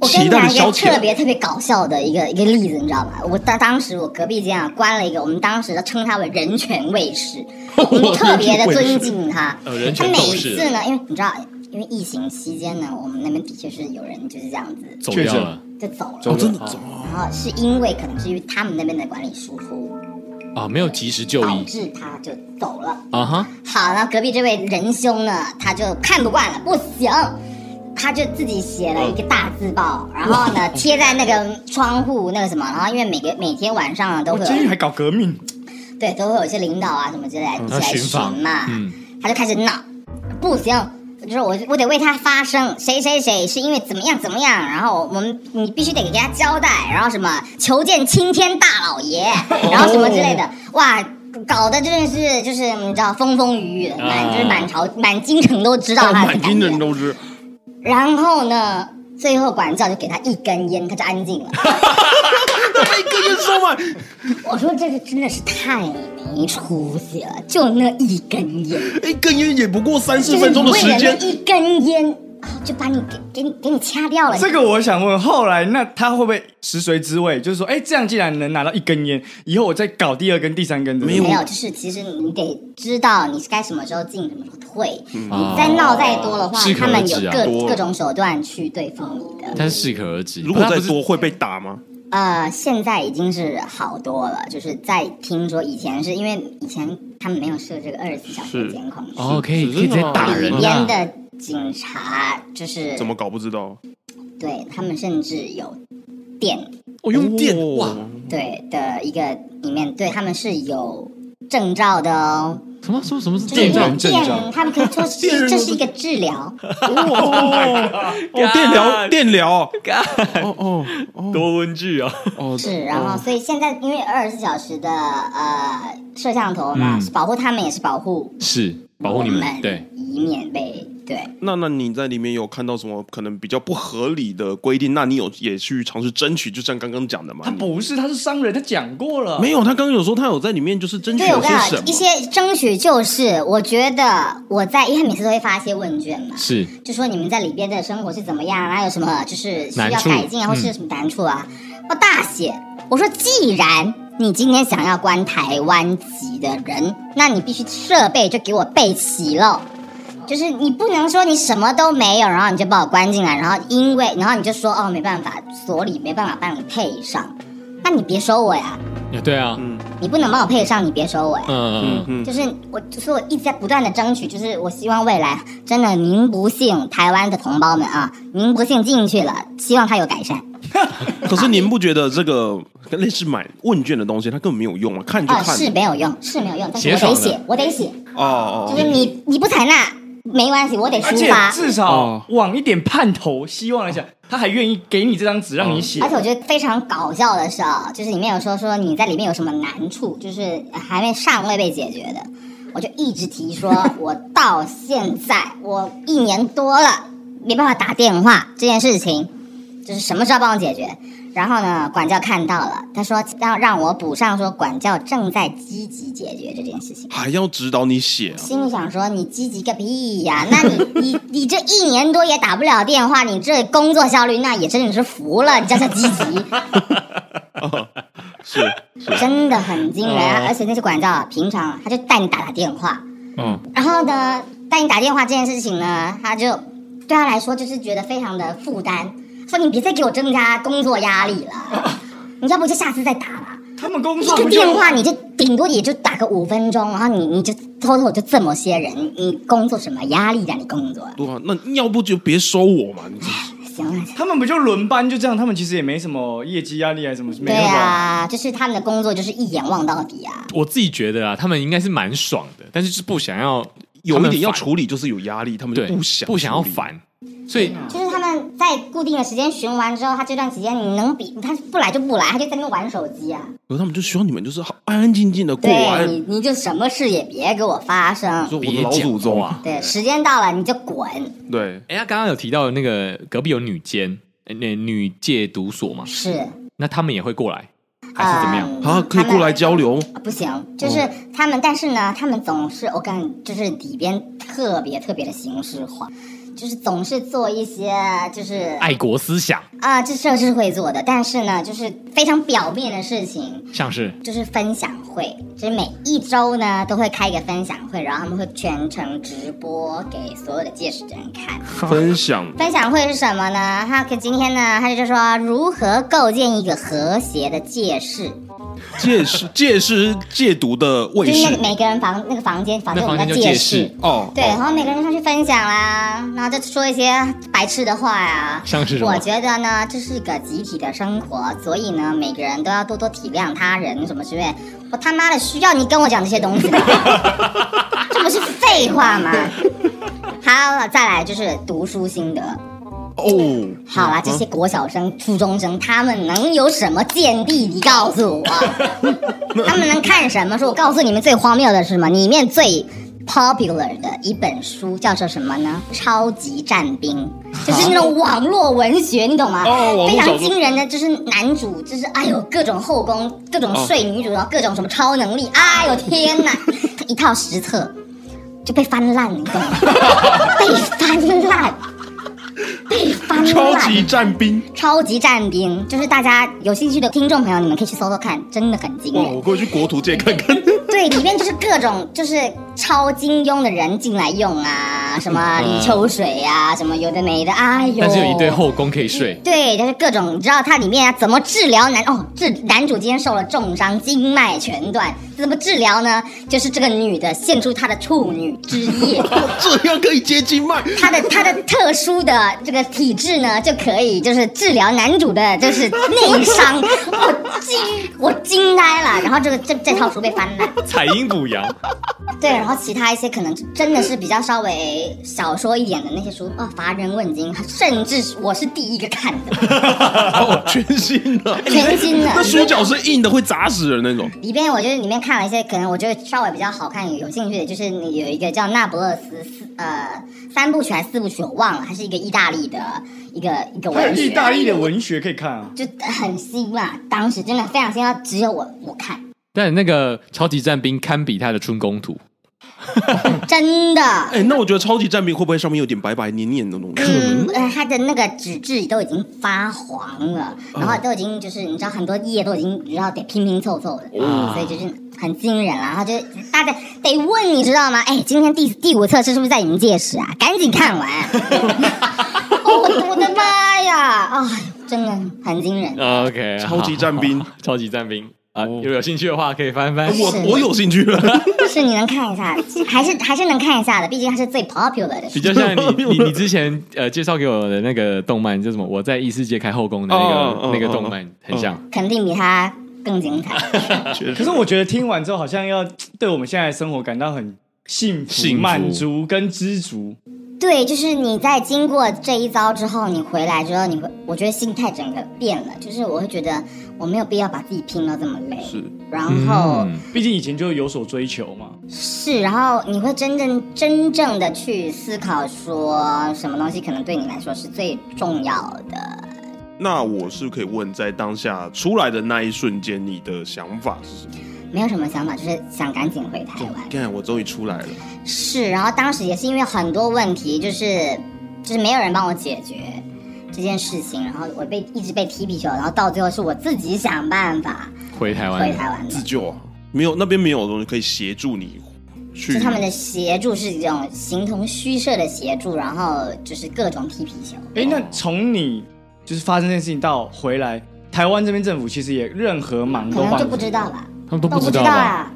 Speaker 5: 我跟
Speaker 2: 期
Speaker 5: 你
Speaker 2: 待的
Speaker 5: 讲一
Speaker 2: 消
Speaker 5: 个特
Speaker 2: 遣。
Speaker 5: 别特别搞笑的一个一个例子，你知道吗？我当当时我隔壁间啊关了一个，我们当时称他为人权卫士，我们特别的尊敬他。
Speaker 3: 呃人
Speaker 5: 他
Speaker 3: 权
Speaker 5: 每
Speaker 3: 斗
Speaker 5: 一
Speaker 3: 士
Speaker 5: 次呢，因为你知道，因为疫情期间呢，我们那边的确是有人就是这样子
Speaker 3: 走
Speaker 4: 确
Speaker 3: 掉
Speaker 4: 诊
Speaker 3: 了
Speaker 5: 就走了，
Speaker 2: 哦，真的，怎么
Speaker 5: 然后是因为可能是因为他们那边的管理疏忽，
Speaker 3: 啊，没有及时就
Speaker 5: 导
Speaker 3: 医
Speaker 5: 致他就走了。
Speaker 3: 啊哈！
Speaker 5: 好，然后隔壁这位仁兄呢，他就看不惯了，不行，他就自己写了一个大字报，然后
Speaker 3: 哦
Speaker 5: 呢贴在那个窗户那个什么，然后因为每个每天晚上啊都
Speaker 4: 我
Speaker 3: 哦
Speaker 5: 会有
Speaker 4: 监狱还搞革命，
Speaker 5: 对都会有一些领导啊什么之类的
Speaker 3: 要
Speaker 5: 来
Speaker 3: 嗯巡
Speaker 5: 巡
Speaker 3: 访
Speaker 5: 嘛，
Speaker 3: 嗯
Speaker 5: 他就开始闹，不行。就是我，我得为他发声。谁谁谁是因为怎么样怎么样，然后我们你必须得给他交代，然后什么求见青天大老
Speaker 2: [laughs]
Speaker 5: 爷，然后什么之类的，哇，搞得真的是就是你知道风风雨雨的，满就是满朝满京城都知道
Speaker 2: 哦
Speaker 5: 他的
Speaker 2: 啊满
Speaker 5: 感
Speaker 2: 京人
Speaker 5: 觉。
Speaker 2: 都知，
Speaker 5: 然后呢，最后管教就给他一根烟，他就安静了。 [laughs]
Speaker 2: 一个人收买，
Speaker 5: 我说这个真的是太没出息了，就那一根烟。
Speaker 2: 一根烟也不过三
Speaker 5: 就
Speaker 2: 四
Speaker 5: 是
Speaker 2: 分钟的
Speaker 5: 为
Speaker 2: 时
Speaker 5: 了那
Speaker 2: 间，
Speaker 5: 一根烟啊就把你给给你给你掐掉了。
Speaker 4: 这个我想问，后来那他会不会食髓知味？就是说，哎，这样既然能拿到一根烟，以后我再搞第二根、第三根，
Speaker 2: 没有
Speaker 5: 没有，就是其实你得知道你是该什么时候进，什么时候退。
Speaker 3: 哦
Speaker 5: 你再闹再多的话，
Speaker 3: 适可
Speaker 5: 他
Speaker 3: 而
Speaker 5: 们有
Speaker 3: 止啊
Speaker 5: 各
Speaker 2: 多
Speaker 5: 各种手段去对付你的。
Speaker 3: 但是适可而止。
Speaker 2: 如果
Speaker 3: 他
Speaker 2: 再
Speaker 3: 不是
Speaker 2: 多会被打吗？
Speaker 5: 呃，现在已经是好多了，就是在听说以前是因为以前他们没有设这个二十四小时
Speaker 2: 是
Speaker 5: 监控，
Speaker 3: 哦，可以
Speaker 2: 只是
Speaker 3: 可以直接
Speaker 2: 那
Speaker 3: 打
Speaker 5: 里
Speaker 3: 人啊的，
Speaker 5: 边的警察就是
Speaker 2: 怎么搞不知道？
Speaker 5: 对他们甚至有电
Speaker 2: 我
Speaker 3: 哦用电
Speaker 2: 哦
Speaker 3: 哇
Speaker 5: 对的一个里面，对他们是有证照的哦。
Speaker 3: 什么什么什么是
Speaker 5: 就是
Speaker 3: 电
Speaker 5: 因
Speaker 3: 照
Speaker 5: 为
Speaker 4: 证？证照
Speaker 5: 电，他们可以说
Speaker 3: [laughs]
Speaker 5: 是
Speaker 2: 电人
Speaker 5: 这是一个治疗，
Speaker 2: 哦，哦电疗电疗，哦哦哦
Speaker 3: 多温具啊！
Speaker 2: 哦，
Speaker 5: 是然后所以现在因为二十四小时的呃摄像头嘛，
Speaker 3: 嗯
Speaker 5: 是保护他们也是保护
Speaker 3: 是保护你
Speaker 5: 我
Speaker 3: 们，对，，
Speaker 5: 以免被对。
Speaker 2: 那那你在里面有看到什么可能比较不合理的规定？那你有也去尝试争取？就像刚刚讲的嘛，
Speaker 4: 他不是，他是商人，他讲过了，
Speaker 2: 没有，他刚刚有说他有在里面就是争取
Speaker 5: 对，我
Speaker 2: 有
Speaker 5: 跟
Speaker 2: 些什
Speaker 5: 你讲，一
Speaker 2: 么？
Speaker 5: 些争取就是，我觉得我在，因为他每次都会发一些问卷嘛，
Speaker 3: 是
Speaker 5: 就说你们在里边的生活是怎么样，然后有什么就是需要
Speaker 3: 难处
Speaker 5: 改进啊，或
Speaker 3: 嗯
Speaker 5: 是有什么难处啊。我大写，我说既然你今天想要关台湾籍的人，那你必须设备就给我备齐喽。就是你不能说你什么都没有，然后你就把我关进来，然后因为然后你就说哦没办法，所里没办法帮你配上，那你别收我呀，
Speaker 3: 也对啊，
Speaker 2: 嗯
Speaker 5: 你不能帮我配上，你别收我呀。
Speaker 3: 嗯
Speaker 2: 嗯
Speaker 3: 嗯，
Speaker 2: 嗯，
Speaker 5: 就是我，就是我一直在不断的争取，就是我希望未来真的，您不幸台湾的同胞们啊，您不幸进去了，希望它有改善。
Speaker 2: 可是您不觉得这个类似买问卷的东西，它根本没有用啊？看就
Speaker 5: 啊，
Speaker 2: 看，
Speaker 5: 是没有用，是没有用，但是
Speaker 3: 写
Speaker 5: 我
Speaker 3: 爽
Speaker 5: 得
Speaker 3: 了
Speaker 5: 写，我得写，
Speaker 2: 哦哦
Speaker 5: 就
Speaker 2: 哦
Speaker 5: 是你你不采纳没关系，我得
Speaker 4: 而
Speaker 5: 抒
Speaker 4: 且
Speaker 5: 发。
Speaker 4: 至少往一点盼头、希望来讲，他还愿意给你这张纸让你写
Speaker 2: 哦
Speaker 5: 而。且我觉得非常搞笑的是啊，就是里面有说说你在里面有什么难处，就是还没尚未被解决的，我就一直提说，我到现在我一年多了没办法打电话这件事情，就是什么时候帮我解决？然后呢，管教看到了，他说让让我补上说管教正在积极解决这件事情。
Speaker 2: 还要指导你写啊？
Speaker 5: 心里想说你积极个屁呀、那你你你这一年多也打不了电话，你这工作效率那也真的是服了，你叫叫积极。
Speaker 2: 啊哦是是，
Speaker 5: 真的很惊人
Speaker 4: 哦
Speaker 5: 啊！而且那些管教平常他就带你打打电话，
Speaker 2: 嗯，
Speaker 5: 然后呢，带你打电话这件事情呢，他就对他来说就是觉得非常的负担，说你别再给我增加工作压
Speaker 4: [laughs]
Speaker 5: 力了，你要不就下次再打吧。
Speaker 4: 他们工
Speaker 5: 一
Speaker 4: 作
Speaker 5: 个
Speaker 4: 不就
Speaker 5: 电话你就顶多也就打个五分钟，然后你你就偷偷就这么些人，你你工作什么压力呀、你工作
Speaker 2: 对啊，那要不就别收我嘛？你这
Speaker 5: 行啊了。
Speaker 4: 他们不就轮班就这样？他们其实也没什么业绩压力还是什么，没
Speaker 5: 对
Speaker 4: 有吧？
Speaker 5: 啊，就是他们的工作就是一眼望到底啊。
Speaker 3: 我自己觉得啊，他们应该是蛮爽的，但是就是不想要
Speaker 2: 有一点要
Speaker 3: 他们烦
Speaker 2: 处理，就是有压力，他们就
Speaker 3: 对，
Speaker 2: 不想
Speaker 3: 不想要
Speaker 2: 处理，
Speaker 3: 烦，所以
Speaker 5: 就是他们在固定的时间巡完之后，他这段时间你能比他不来就不来，他就在那边玩手机啊。
Speaker 2: 可是他们就希望你们就是好安安静静的过
Speaker 5: 对
Speaker 2: 完。
Speaker 5: 你，你就什么事也别给我发生。
Speaker 2: 说我
Speaker 3: 别
Speaker 2: 的老
Speaker 3: 讲
Speaker 2: 祖宗
Speaker 3: 话，
Speaker 5: 对，时间到了你就滚。
Speaker 2: 对，
Speaker 3: 哎，他刚刚有提到那个隔壁有女监，呃那女戒毒所嘛，
Speaker 5: 是，
Speaker 3: 那他们也会过来，还是怎么样？
Speaker 5: 嗯
Speaker 2: 啊，可以过来哦交流，
Speaker 5: 他们不行，就是他们，但是呢，他们总是我感，就是里边特别特别的形式化，就是总是做一些就是
Speaker 3: 爱国思想
Speaker 5: 啊，这这是会做的，但是呢，就是非常表面的事情。
Speaker 3: 像是
Speaker 5: 就是分享会，就是每一周呢都会开一个分享会，然后他们会全程直播给所有的戒食的人看。 [laughs]
Speaker 2: 分享
Speaker 5: 分享会是什么呢？他可今天呢，他就说如何构建一个和谐的戒市。
Speaker 2: 戒是戒是戒毒的卫
Speaker 5: 就是那
Speaker 2: 士
Speaker 5: 个每个人房那个房间，房间
Speaker 3: 那房
Speaker 5: 我们
Speaker 3: 间叫
Speaker 5: 叫
Speaker 3: 戒
Speaker 5: 戒
Speaker 3: 室
Speaker 5: 室。
Speaker 2: 哦，
Speaker 5: 对，然后每个人上去分享啦，然后就说一些白痴的话呀。
Speaker 3: 像是什么
Speaker 5: 我觉得呢，这是一个集体的生活，所以呢，每个人都要多多体谅他人什么之类。我他妈的需要你跟我讲这些东西
Speaker 3: [laughs]
Speaker 5: 吗？这不是废话吗？好了，再来就是读书心得。
Speaker 2: 哦，
Speaker 5: 好啊啦，这些国小生、初中生，他们能有什么见地？你告
Speaker 2: [laughs]
Speaker 5: 诉我，他们能看什么书？我告诉你们最荒谬的是什么？里面最 popular 的一本书叫做什么呢？《超级战兵》，就是那种网络文学，你懂吗？
Speaker 2: [laughs] 哦网络
Speaker 5: 非
Speaker 2: 小说
Speaker 5: 常惊人的，就是男主，就是哎呦，各种后宫，各
Speaker 2: 哦
Speaker 5: 种睡女主，然后各种什么超能力，哎呦天哪， [laughs] 一套实册。就被翻烂，你
Speaker 2: [laughs]
Speaker 5: 懂吗？被翻烂，被翻烂。
Speaker 2: 超级战兵，
Speaker 5: 超级战兵，就是大家有兴趣的听众朋友，你们可以去搜搜看，真的很惊
Speaker 2: 哇，
Speaker 3: 哦
Speaker 5: 人。
Speaker 2: 我过去国图界看看，
Speaker 5: 对，里面就是各种就是超金庸的人进来用啊，什么李秋水啊，什么有的没的，哎呦。
Speaker 3: 嗯但是有一对后宫可以睡，
Speaker 5: 对，就是各种，你知道它里面啊怎么治疗男哦，治男主今天受了重伤，经脉全断，怎么治疗呢？就是这个女的献出她的处女之夜，
Speaker 2: 这样可以接近麦，
Speaker 5: 她的她的特殊的这个体质呢，就可以就是治疗男主的就是内伤。我惊我惊呆了，然后这个这这套书被翻烂。
Speaker 3: [laughs] 采阴补阳，
Speaker 5: 对，然后其他一些可能真的是比较稍微小说一点的那些书啊，乏人问津，甚至是我是第一个看的，
Speaker 2: 哦，全新的，
Speaker 5: 全新的。
Speaker 2: 那书角是硬的，会砸死人那种。
Speaker 5: 里边我觉得里面看了一些，可能我觉得稍微比较好看、有有兴趣的，就是那有一个叫《那不勒斯四呃三部曲还是四部曲，我忘了，还是一个意大利的一个一个
Speaker 4: 还有
Speaker 5: 文学，
Speaker 4: 意大利的文学可以看啊。
Speaker 5: 就很新嘛，当时真的非常新，要只有我我看，
Speaker 3: 但那个超级战兵堪比他的春宫图，
Speaker 5: 真的。
Speaker 2: 哎，那我觉得超级战兵会不会上面有点白白黏黏的东西？
Speaker 5: 嗯，呃它的那个纸质都已经发黄了，然后都已经就是你知道很多页都已经你知道得拼拼凑凑的，所以就是很惊人啦。然后就大家得问你知道吗？哎，今天第第五册是是不是在你们界室啊？赶紧看 [laughs] 完！哦我的妈呀！啊、真的很惊人。
Speaker 3: OK，
Speaker 2: 超级战兵
Speaker 3: 好， [laughs] 好好超级战兵啊！有有兴趣的话可以翻翻。
Speaker 2: 我我有兴趣
Speaker 5: [laughs]
Speaker 2: 了，
Speaker 5: 是你能看一下，还是还是能看一下的，毕 [laughs] 竟它是最 popular 的
Speaker 3: 比。较 [laughs] 像你你你之前呃介绍给我的那个动漫叫什么？我在异世界开后宫的那
Speaker 2: 哦
Speaker 3: 个
Speaker 2: 哦
Speaker 3: 那个
Speaker 2: 哦
Speaker 3: 动漫很像。
Speaker 5: 肯定比它更精彩。
Speaker 4: 可是我觉得听完之后，好像要对我们现在的生活感到很幸福、
Speaker 3: 幸福
Speaker 4: 满足跟知足。
Speaker 5: 对，就是你在经过这一遭之后，你回来之后，你会，我觉得心态整个变了，就是我会觉得我没有必要把自己拼到这么累，
Speaker 2: 是
Speaker 5: 然后、
Speaker 3: 嗯
Speaker 4: 毕竟以前就有所追求嘛。
Speaker 5: 是，然后你会真正真正的去思考，说什么东西可能对你来说是最重要的。
Speaker 2: 那我是可以问，在当下出来的那一瞬间，你的想法是什么？
Speaker 5: 没有什么想法，就是想赶紧回台湾。
Speaker 2: 看，我终于出来了，
Speaker 5: 是，然后当时也是因为很多问题，就是就是没有人帮我解决这件事情，然后我被一直被踢皮球，然后到最后是我自己想办法
Speaker 3: 回台湾
Speaker 5: 回，台湾的。
Speaker 2: 自救啊！没有，那边没有东西可以协助你去
Speaker 5: 就。他们的协助是这种形同虚设的协助，然后就是各种踢皮球。
Speaker 4: 哎，那从你就是发生这件事情到回来，台湾这边政府其实也任何忙
Speaker 5: 可
Speaker 4: 都
Speaker 5: 能
Speaker 4: 帮
Speaker 5: 就不知道吧，
Speaker 3: 他们都
Speaker 5: 都
Speaker 3: 不知道
Speaker 5: 道
Speaker 3: 吧？
Speaker 5: 啊。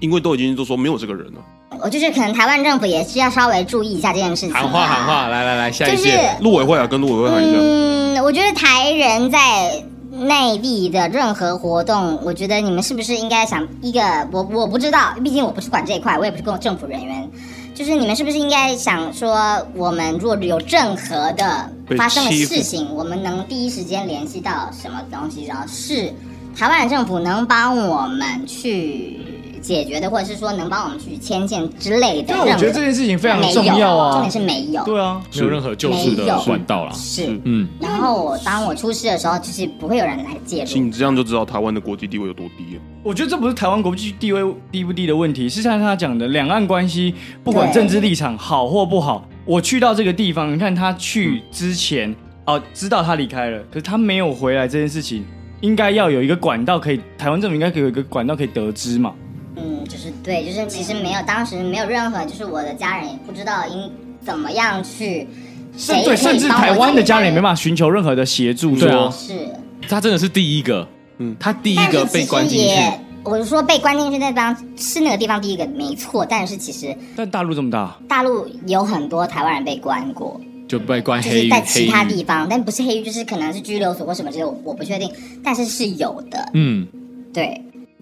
Speaker 2: 因为都已经都说没有这个人了。
Speaker 5: 我就是可能台湾政府也是要稍微注意一下这件事情。啊
Speaker 3: 喊话喊，话，来来来，下
Speaker 5: 就
Speaker 3: 一
Speaker 5: 是
Speaker 3: 届。
Speaker 2: 陆委会啊，跟陆委会喊一下。
Speaker 5: 嗯，我觉得台人在内地的任何活动，我觉得你们是不是应该想一个我我不知道，毕竟我不是管这一块，我也不是公政府人员。就是你们是不是应该想说，我们如果有任何的
Speaker 2: 被
Speaker 5: 发生的
Speaker 2: 欺负
Speaker 5: 事情，我们能第一时间联系到什么东西，然后是台湾的政府能帮我们去解决的，或者是说能帮我们去牵线之类的
Speaker 4: 对
Speaker 5: 任
Speaker 4: 啊，
Speaker 5: 务。
Speaker 4: 我觉得这件事情非常
Speaker 5: 没有
Speaker 4: 重要
Speaker 5: 重
Speaker 4: 啊
Speaker 5: 点。是没有，
Speaker 4: 对啊，
Speaker 3: 没有任何救助
Speaker 5: 没
Speaker 3: 的
Speaker 5: 有
Speaker 3: 管道啦。
Speaker 5: 是
Speaker 3: 嗯，
Speaker 5: 然后我当我出事的时候，就是不会有人来介
Speaker 2: 请
Speaker 5: 入。
Speaker 2: 你这样就知道台湾的国际地位有多低了。
Speaker 4: 我觉得这不是台湾国际地位低不低的问题，是像他讲的，两岸关系不管
Speaker 5: 对
Speaker 4: 政治立场好或不好，我去到这个地方，你看他去之前哦、知道他离开了，可是他没有回来这件事情，应该要有一个管道可以，台湾政府应该可以有一个管道可以得知嘛。
Speaker 5: 嗯，就是对，就是其实没有，当时没有任何，就是我的家人也不知道应怎么样去，
Speaker 4: 甚
Speaker 5: 谁
Speaker 4: 对，
Speaker 5: 可以
Speaker 4: 甚至
Speaker 5: 帮我
Speaker 4: 台湾的家人也没
Speaker 5: 解
Speaker 4: 办法寻求任何的协助，
Speaker 3: 对啊
Speaker 4: 说
Speaker 5: 决是
Speaker 3: 他真的是第一个，
Speaker 2: 嗯
Speaker 3: 他第一
Speaker 5: 但
Speaker 3: 个
Speaker 5: 是其
Speaker 3: 被
Speaker 5: 实
Speaker 3: 关进去，
Speaker 5: 也，我说被关进去那地方是那个地方第一个没错，但是其实
Speaker 4: 但大陆这么大，
Speaker 5: 大陆有很多台湾人被关过，
Speaker 3: 就被
Speaker 4: 啊
Speaker 3: 关
Speaker 5: 就
Speaker 3: 黑
Speaker 5: 是
Speaker 3: 狱
Speaker 5: 在其他
Speaker 3: 黑狱。
Speaker 5: 地方，但不是黑狱，就是可能是拘留所或什么之类，我我不确定，但是是有的。
Speaker 3: 嗯，
Speaker 5: 对，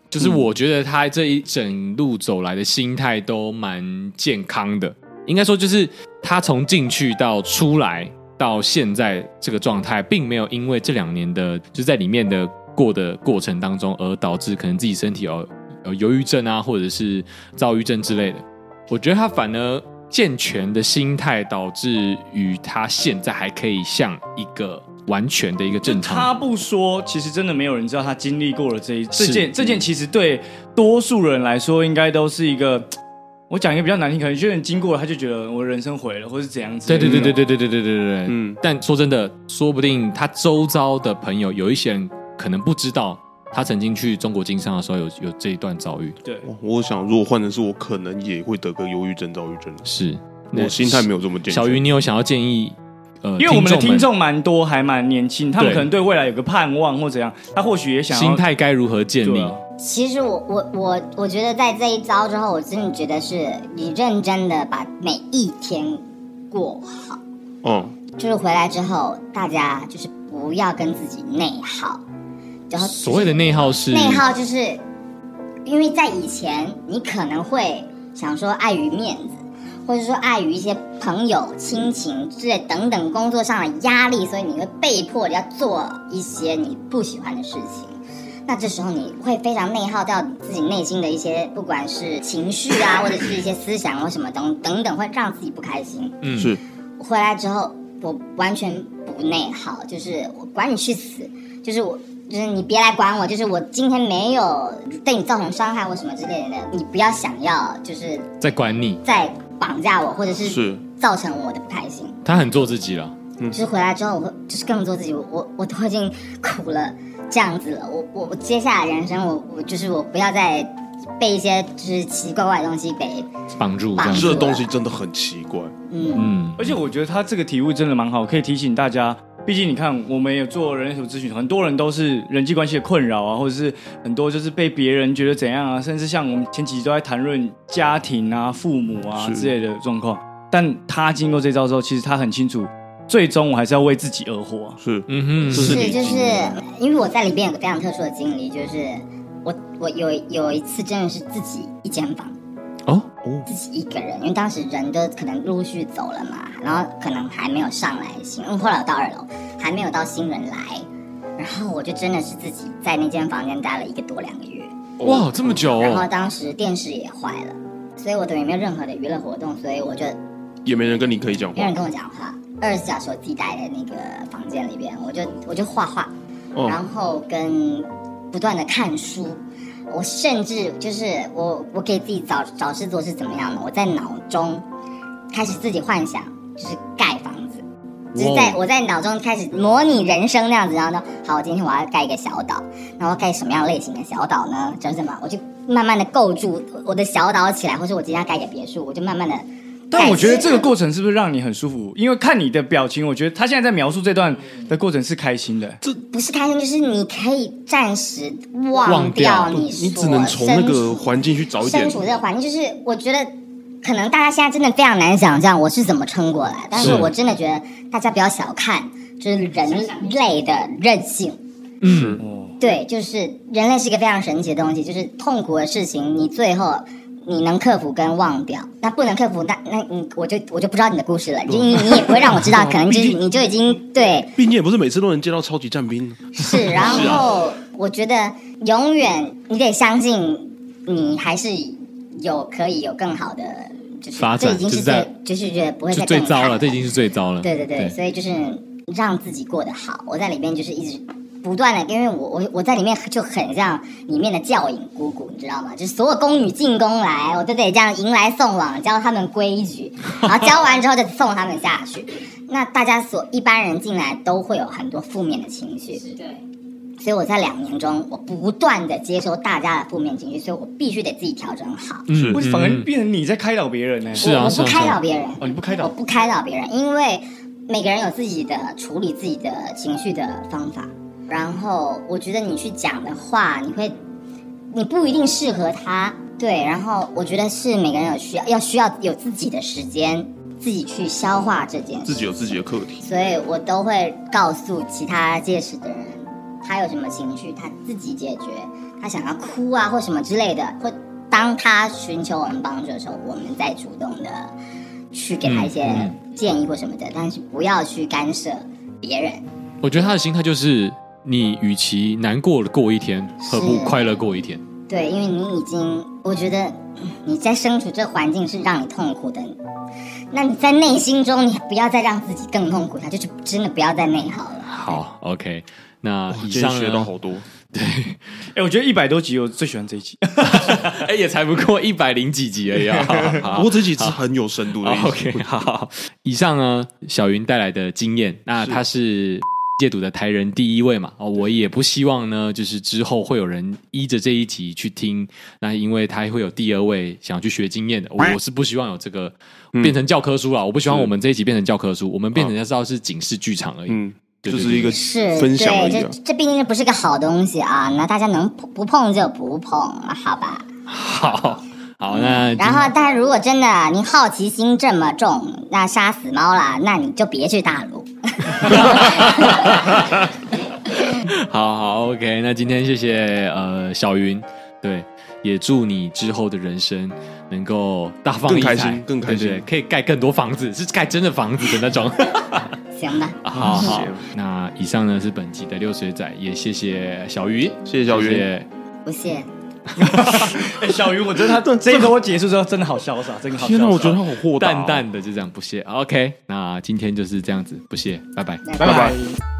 Speaker 3: 就是我觉得他这一整路走来的心态都蛮健康的，应该说就是他从进去到出来到现在这个状态，并没有因为这两年的就在里面的过的过程当中而导致可能自己身体有有忧郁症啊，或者是躁郁症之类的。我觉得他反而健全的心态导致于他现在还可以像一个完全的一个正常
Speaker 4: 他不说，其实真的没有人知道他经历过了这一
Speaker 3: 是
Speaker 4: 这件这件，其实对多数人来说，应该都是一个。我讲一个比较难听，可能有些人经过了，他就觉得我人生毁了，或是怎样子。
Speaker 3: 对对对对对对对对对对。嗯
Speaker 2: 嗯，
Speaker 3: 但说真的，说不定他周遭的朋友有一些人可能不知道，他曾经去中国经商的时候有有这一段遭遇。
Speaker 4: 对，
Speaker 2: 哇我想，如果换成是我，可能也会得个忧郁症、躁郁症。
Speaker 3: 是，
Speaker 2: 我心态没有这么健全。
Speaker 3: 小鱼，你有想要建议？呃，
Speaker 4: 因为我们的听
Speaker 3: 们
Speaker 4: 众蛮多，还蛮年轻，他们
Speaker 3: 对
Speaker 4: 可能对未来有个盼望或怎样，他或许也想要
Speaker 3: 心态该如何建
Speaker 4: 对
Speaker 3: 立
Speaker 4: 啊？
Speaker 5: 其实我我我我觉得在这一招之后，我真的觉得是你认真的把每一天过好，
Speaker 2: 嗯，
Speaker 5: 就是回来之后，大家就是不要跟自己内耗，然后
Speaker 3: 所谓的内耗是
Speaker 5: 内耗就是，因为在以前你可能会想说碍于面子，或者说碍于一些朋友、亲情之类等等工作上的压力，所以你会被迫地要做一些你不喜欢的事情。那这时候你会非常内耗掉你自己内心的一些，不管是情绪啊，或者是一些思想啊或什么等等等，会让自己不开心。
Speaker 3: 嗯
Speaker 2: 是
Speaker 5: 回来之后，我完全不内耗，就是我管你去死，就是我，就是你别来管我，就是我今天没有对你造成伤害或什么之类的，你不要想要就是
Speaker 3: 在管你，
Speaker 5: 再绑架我，或者是嗯
Speaker 2: 是，
Speaker 5: 造成我的不开心。
Speaker 3: 他很做自己了。
Speaker 5: 就是回来之后，我会就是更做自己，我我我都已经苦了这样子了，我我我接下来人生，我我就是我不要再被一些就是奇奇怪怪的东西给
Speaker 3: 绑住这
Speaker 4: 啊
Speaker 3: 样
Speaker 5: 绑
Speaker 3: 子
Speaker 5: 住，
Speaker 2: 这东西真的很奇怪。
Speaker 5: 嗯
Speaker 3: 嗯，
Speaker 4: 而且我觉得他这个体悟真的蛮好，可以提醒大家。毕竟你看，我们也做人类图咨询，很多人都是人际关系的困扰啊，或者是很多就是被别人觉得怎样啊，甚至像我们前几集都在谈论家庭啊、父母啊
Speaker 2: 是
Speaker 4: 之类的状况。但他经过这招之后，其实他很清楚，最终我还是要为自己而活啊、
Speaker 2: 是，
Speaker 3: 嗯哼，
Speaker 2: 这是
Speaker 5: 是，
Speaker 2: 你
Speaker 5: 就
Speaker 2: 经
Speaker 5: 是因为我在里边有个非常特殊的经历，就是我我有有一次真的是自己一间房，
Speaker 3: 哦，
Speaker 5: 自己一个人，因为当时人都可能陆续走了嘛，然后可能还没有上来新，因嗯为后来我到二楼，还没有到新人来，然后我就真的是自己在那间房间待了一个多两个月，
Speaker 2: 哦
Speaker 4: 哦
Speaker 3: 哇，这么久
Speaker 5: 然后
Speaker 3: 哦，
Speaker 5: 当时电视也坏了，所以我等于没有任何的娱乐活动，所以我就
Speaker 2: 也没人跟你可以讲
Speaker 5: 没有
Speaker 2: 话
Speaker 5: 人。跟我讲话，二十四小时我自己待在那个房间里边，我就我就画画，
Speaker 2: 嗯，
Speaker 5: 然后跟不断的看书。我甚至就是我，我给自己找找事做是怎么样的？我在脑中开始自己幻想，就是盖房子，就是在我在脑中开始模拟人生那样子。然后呢，好，我今天我要盖一个小岛，那我要盖什么样类型的小岛呢？就是什么？我就慢慢的构筑我的小岛起来，或者我今天要盖一个别墅，我就慢慢的。
Speaker 4: 但我觉得这个过程是不是让你很舒服？因为看你的表情，我觉得他现在在描述这段的过程是开心的。
Speaker 5: 不是开心，就是你可以暂时
Speaker 3: 忘
Speaker 5: 忘
Speaker 3: 掉
Speaker 5: 掉你
Speaker 2: 你只
Speaker 5: 所
Speaker 2: 能从那
Speaker 5: 身
Speaker 2: 个
Speaker 5: 处
Speaker 2: 环境去找一点
Speaker 5: 身。处这个环境，就是我觉得可能大家现在真的非常难想象我是怎么撑过来，但是
Speaker 3: 是
Speaker 5: 我真的觉得大家不要小看就是人类的韧性。
Speaker 3: 嗯，
Speaker 5: 对，就是人类是一个非常神奇的东西，就是痛苦的事情，你最后你能克服跟忘掉，那不能克服，那那你我就我就不知道你的故事了，因为你也不会让我知
Speaker 2: [laughs] 哦
Speaker 5: 道，可能就是你就已经对
Speaker 2: 毕竟也不是每次都能见到超级战兵。
Speaker 3: [laughs]
Speaker 5: 是，然
Speaker 3: 啊
Speaker 5: 后我觉得永远你得相信，你还是有可以有更好的，就是
Speaker 3: 发展
Speaker 5: 这已经
Speaker 3: 就是是在
Speaker 5: 最就是觉得不会
Speaker 3: 就
Speaker 5: 再
Speaker 3: 最
Speaker 5: 更
Speaker 3: 糟
Speaker 5: 惨
Speaker 3: 了，这已经是最糟了。
Speaker 5: 对对对，所以就是让自己过得好。我在里面就是一直不断的，因为我我我在里面就很像里面的教引姑姑，你知道吗？就是所有宫女进宫来，我都得这样迎来送往，教他们规矩，然后教完之后再送他们下 [laughs] 去。那大家所一般人进来都会有很多负面的情绪，对。所以我在两年中，我不断的接收大家的负面情绪，所以我必须得自己调整好。
Speaker 3: 嗯，
Speaker 4: 不是，
Speaker 3: 嗯
Speaker 4: 反而变成你在开导别人呢、
Speaker 3: 是啊
Speaker 5: 我我
Speaker 3: 是啊
Speaker 5: 不
Speaker 3: 是
Speaker 5: 开
Speaker 3: 啊
Speaker 5: 导别人，
Speaker 4: 哦，你不开
Speaker 5: 我
Speaker 4: 导，
Speaker 5: 不开导别人，因为每个人有自己的处理自己的情绪的方法。然后我觉得你去讲的话，你会，你不一定适合他。对，然后我觉得是每个人有需要，要需要有自己的时间，自己去消化这件事。
Speaker 2: 自己有自己的课题。
Speaker 5: 所以我都会告诉其他届时的人，他有什么情绪，他自己解决。他想要哭啊或什么之类的，或当他寻求我们帮助的时候，我们再主动的去给他一些
Speaker 3: 嗯
Speaker 5: 建议或什么的，但是不要去干涉别人。
Speaker 3: 我觉得他的心态就是，你与其难过了过一天，何不
Speaker 5: 是
Speaker 3: 快乐过一天？
Speaker 5: 对，因为你已经，我觉得嗯你在身处这环境是让你痛苦的，那你在内心中，你不要再让自己更痛苦，他就是真的不要再内耗了。
Speaker 3: 好，OK。那哦以
Speaker 2: 今天
Speaker 3: 上
Speaker 2: 学
Speaker 3: 呢
Speaker 2: 到好多，
Speaker 4: 哎，我觉得一百多集，我最喜欢这一集。
Speaker 3: 哎、也才不过一百零几集而已
Speaker 2: [laughs]
Speaker 3: 啊。好
Speaker 2: 不过这几次很有深度的一集。
Speaker 3: 好 OK，好。以上呢，小云带来的经验，那
Speaker 2: 是
Speaker 3: 他是戒赌的台人第一位嘛？哦，我也不希望呢，就是之后会有人依着这一集去听，那因为他会有第二位想去学经验
Speaker 2: [laughs]
Speaker 3: 的，我是不希望有这个变成教科书啊，我不希望我们这一集变成教科书，我们变成要知道是警示剧场而已。
Speaker 2: 嗯，
Speaker 3: 对
Speaker 2: 就
Speaker 3: 对
Speaker 2: 是一个
Speaker 5: 是，
Speaker 2: 分享而
Speaker 5: 对，
Speaker 2: 已
Speaker 5: 这
Speaker 2: 啊。
Speaker 5: 这毕竟不是个好东西啊，那大家能不不碰就不碰，好吧？
Speaker 3: 好，好，那今
Speaker 5: 嗯然后，但是如果真的你好奇心这么重，那杀死猫啦，那你就别去大陆。
Speaker 3: 好好，OK，那今天谢谢呃小云，对，也祝你之后的人生能够大放
Speaker 2: 更
Speaker 3: 异
Speaker 2: 开
Speaker 3: 彩
Speaker 2: 心更开心
Speaker 3: 对对，可以盖更多房子，是盖真的房子的那
Speaker 2: [laughs]
Speaker 3: 种。
Speaker 5: 行吧，
Speaker 3: 啊
Speaker 2: 啊
Speaker 3: 好
Speaker 2: 嗯
Speaker 3: 好，那以上呢是本集的六水仔，也谢谢小鱼，
Speaker 2: 谢谢小云
Speaker 3: 谢谢
Speaker 5: 不谢。
Speaker 4: [laughs] 哎，小鱼，我觉得他这一周结束之后真的好潇洒，真的好潇洒。
Speaker 2: 天哪，我觉得他好豁达哦，
Speaker 3: 淡淡的就这样不谢，OK，那今天就是这样子，不谢，拜拜。
Speaker 4: 拜
Speaker 5: 拜
Speaker 4: 拜
Speaker 5: 拜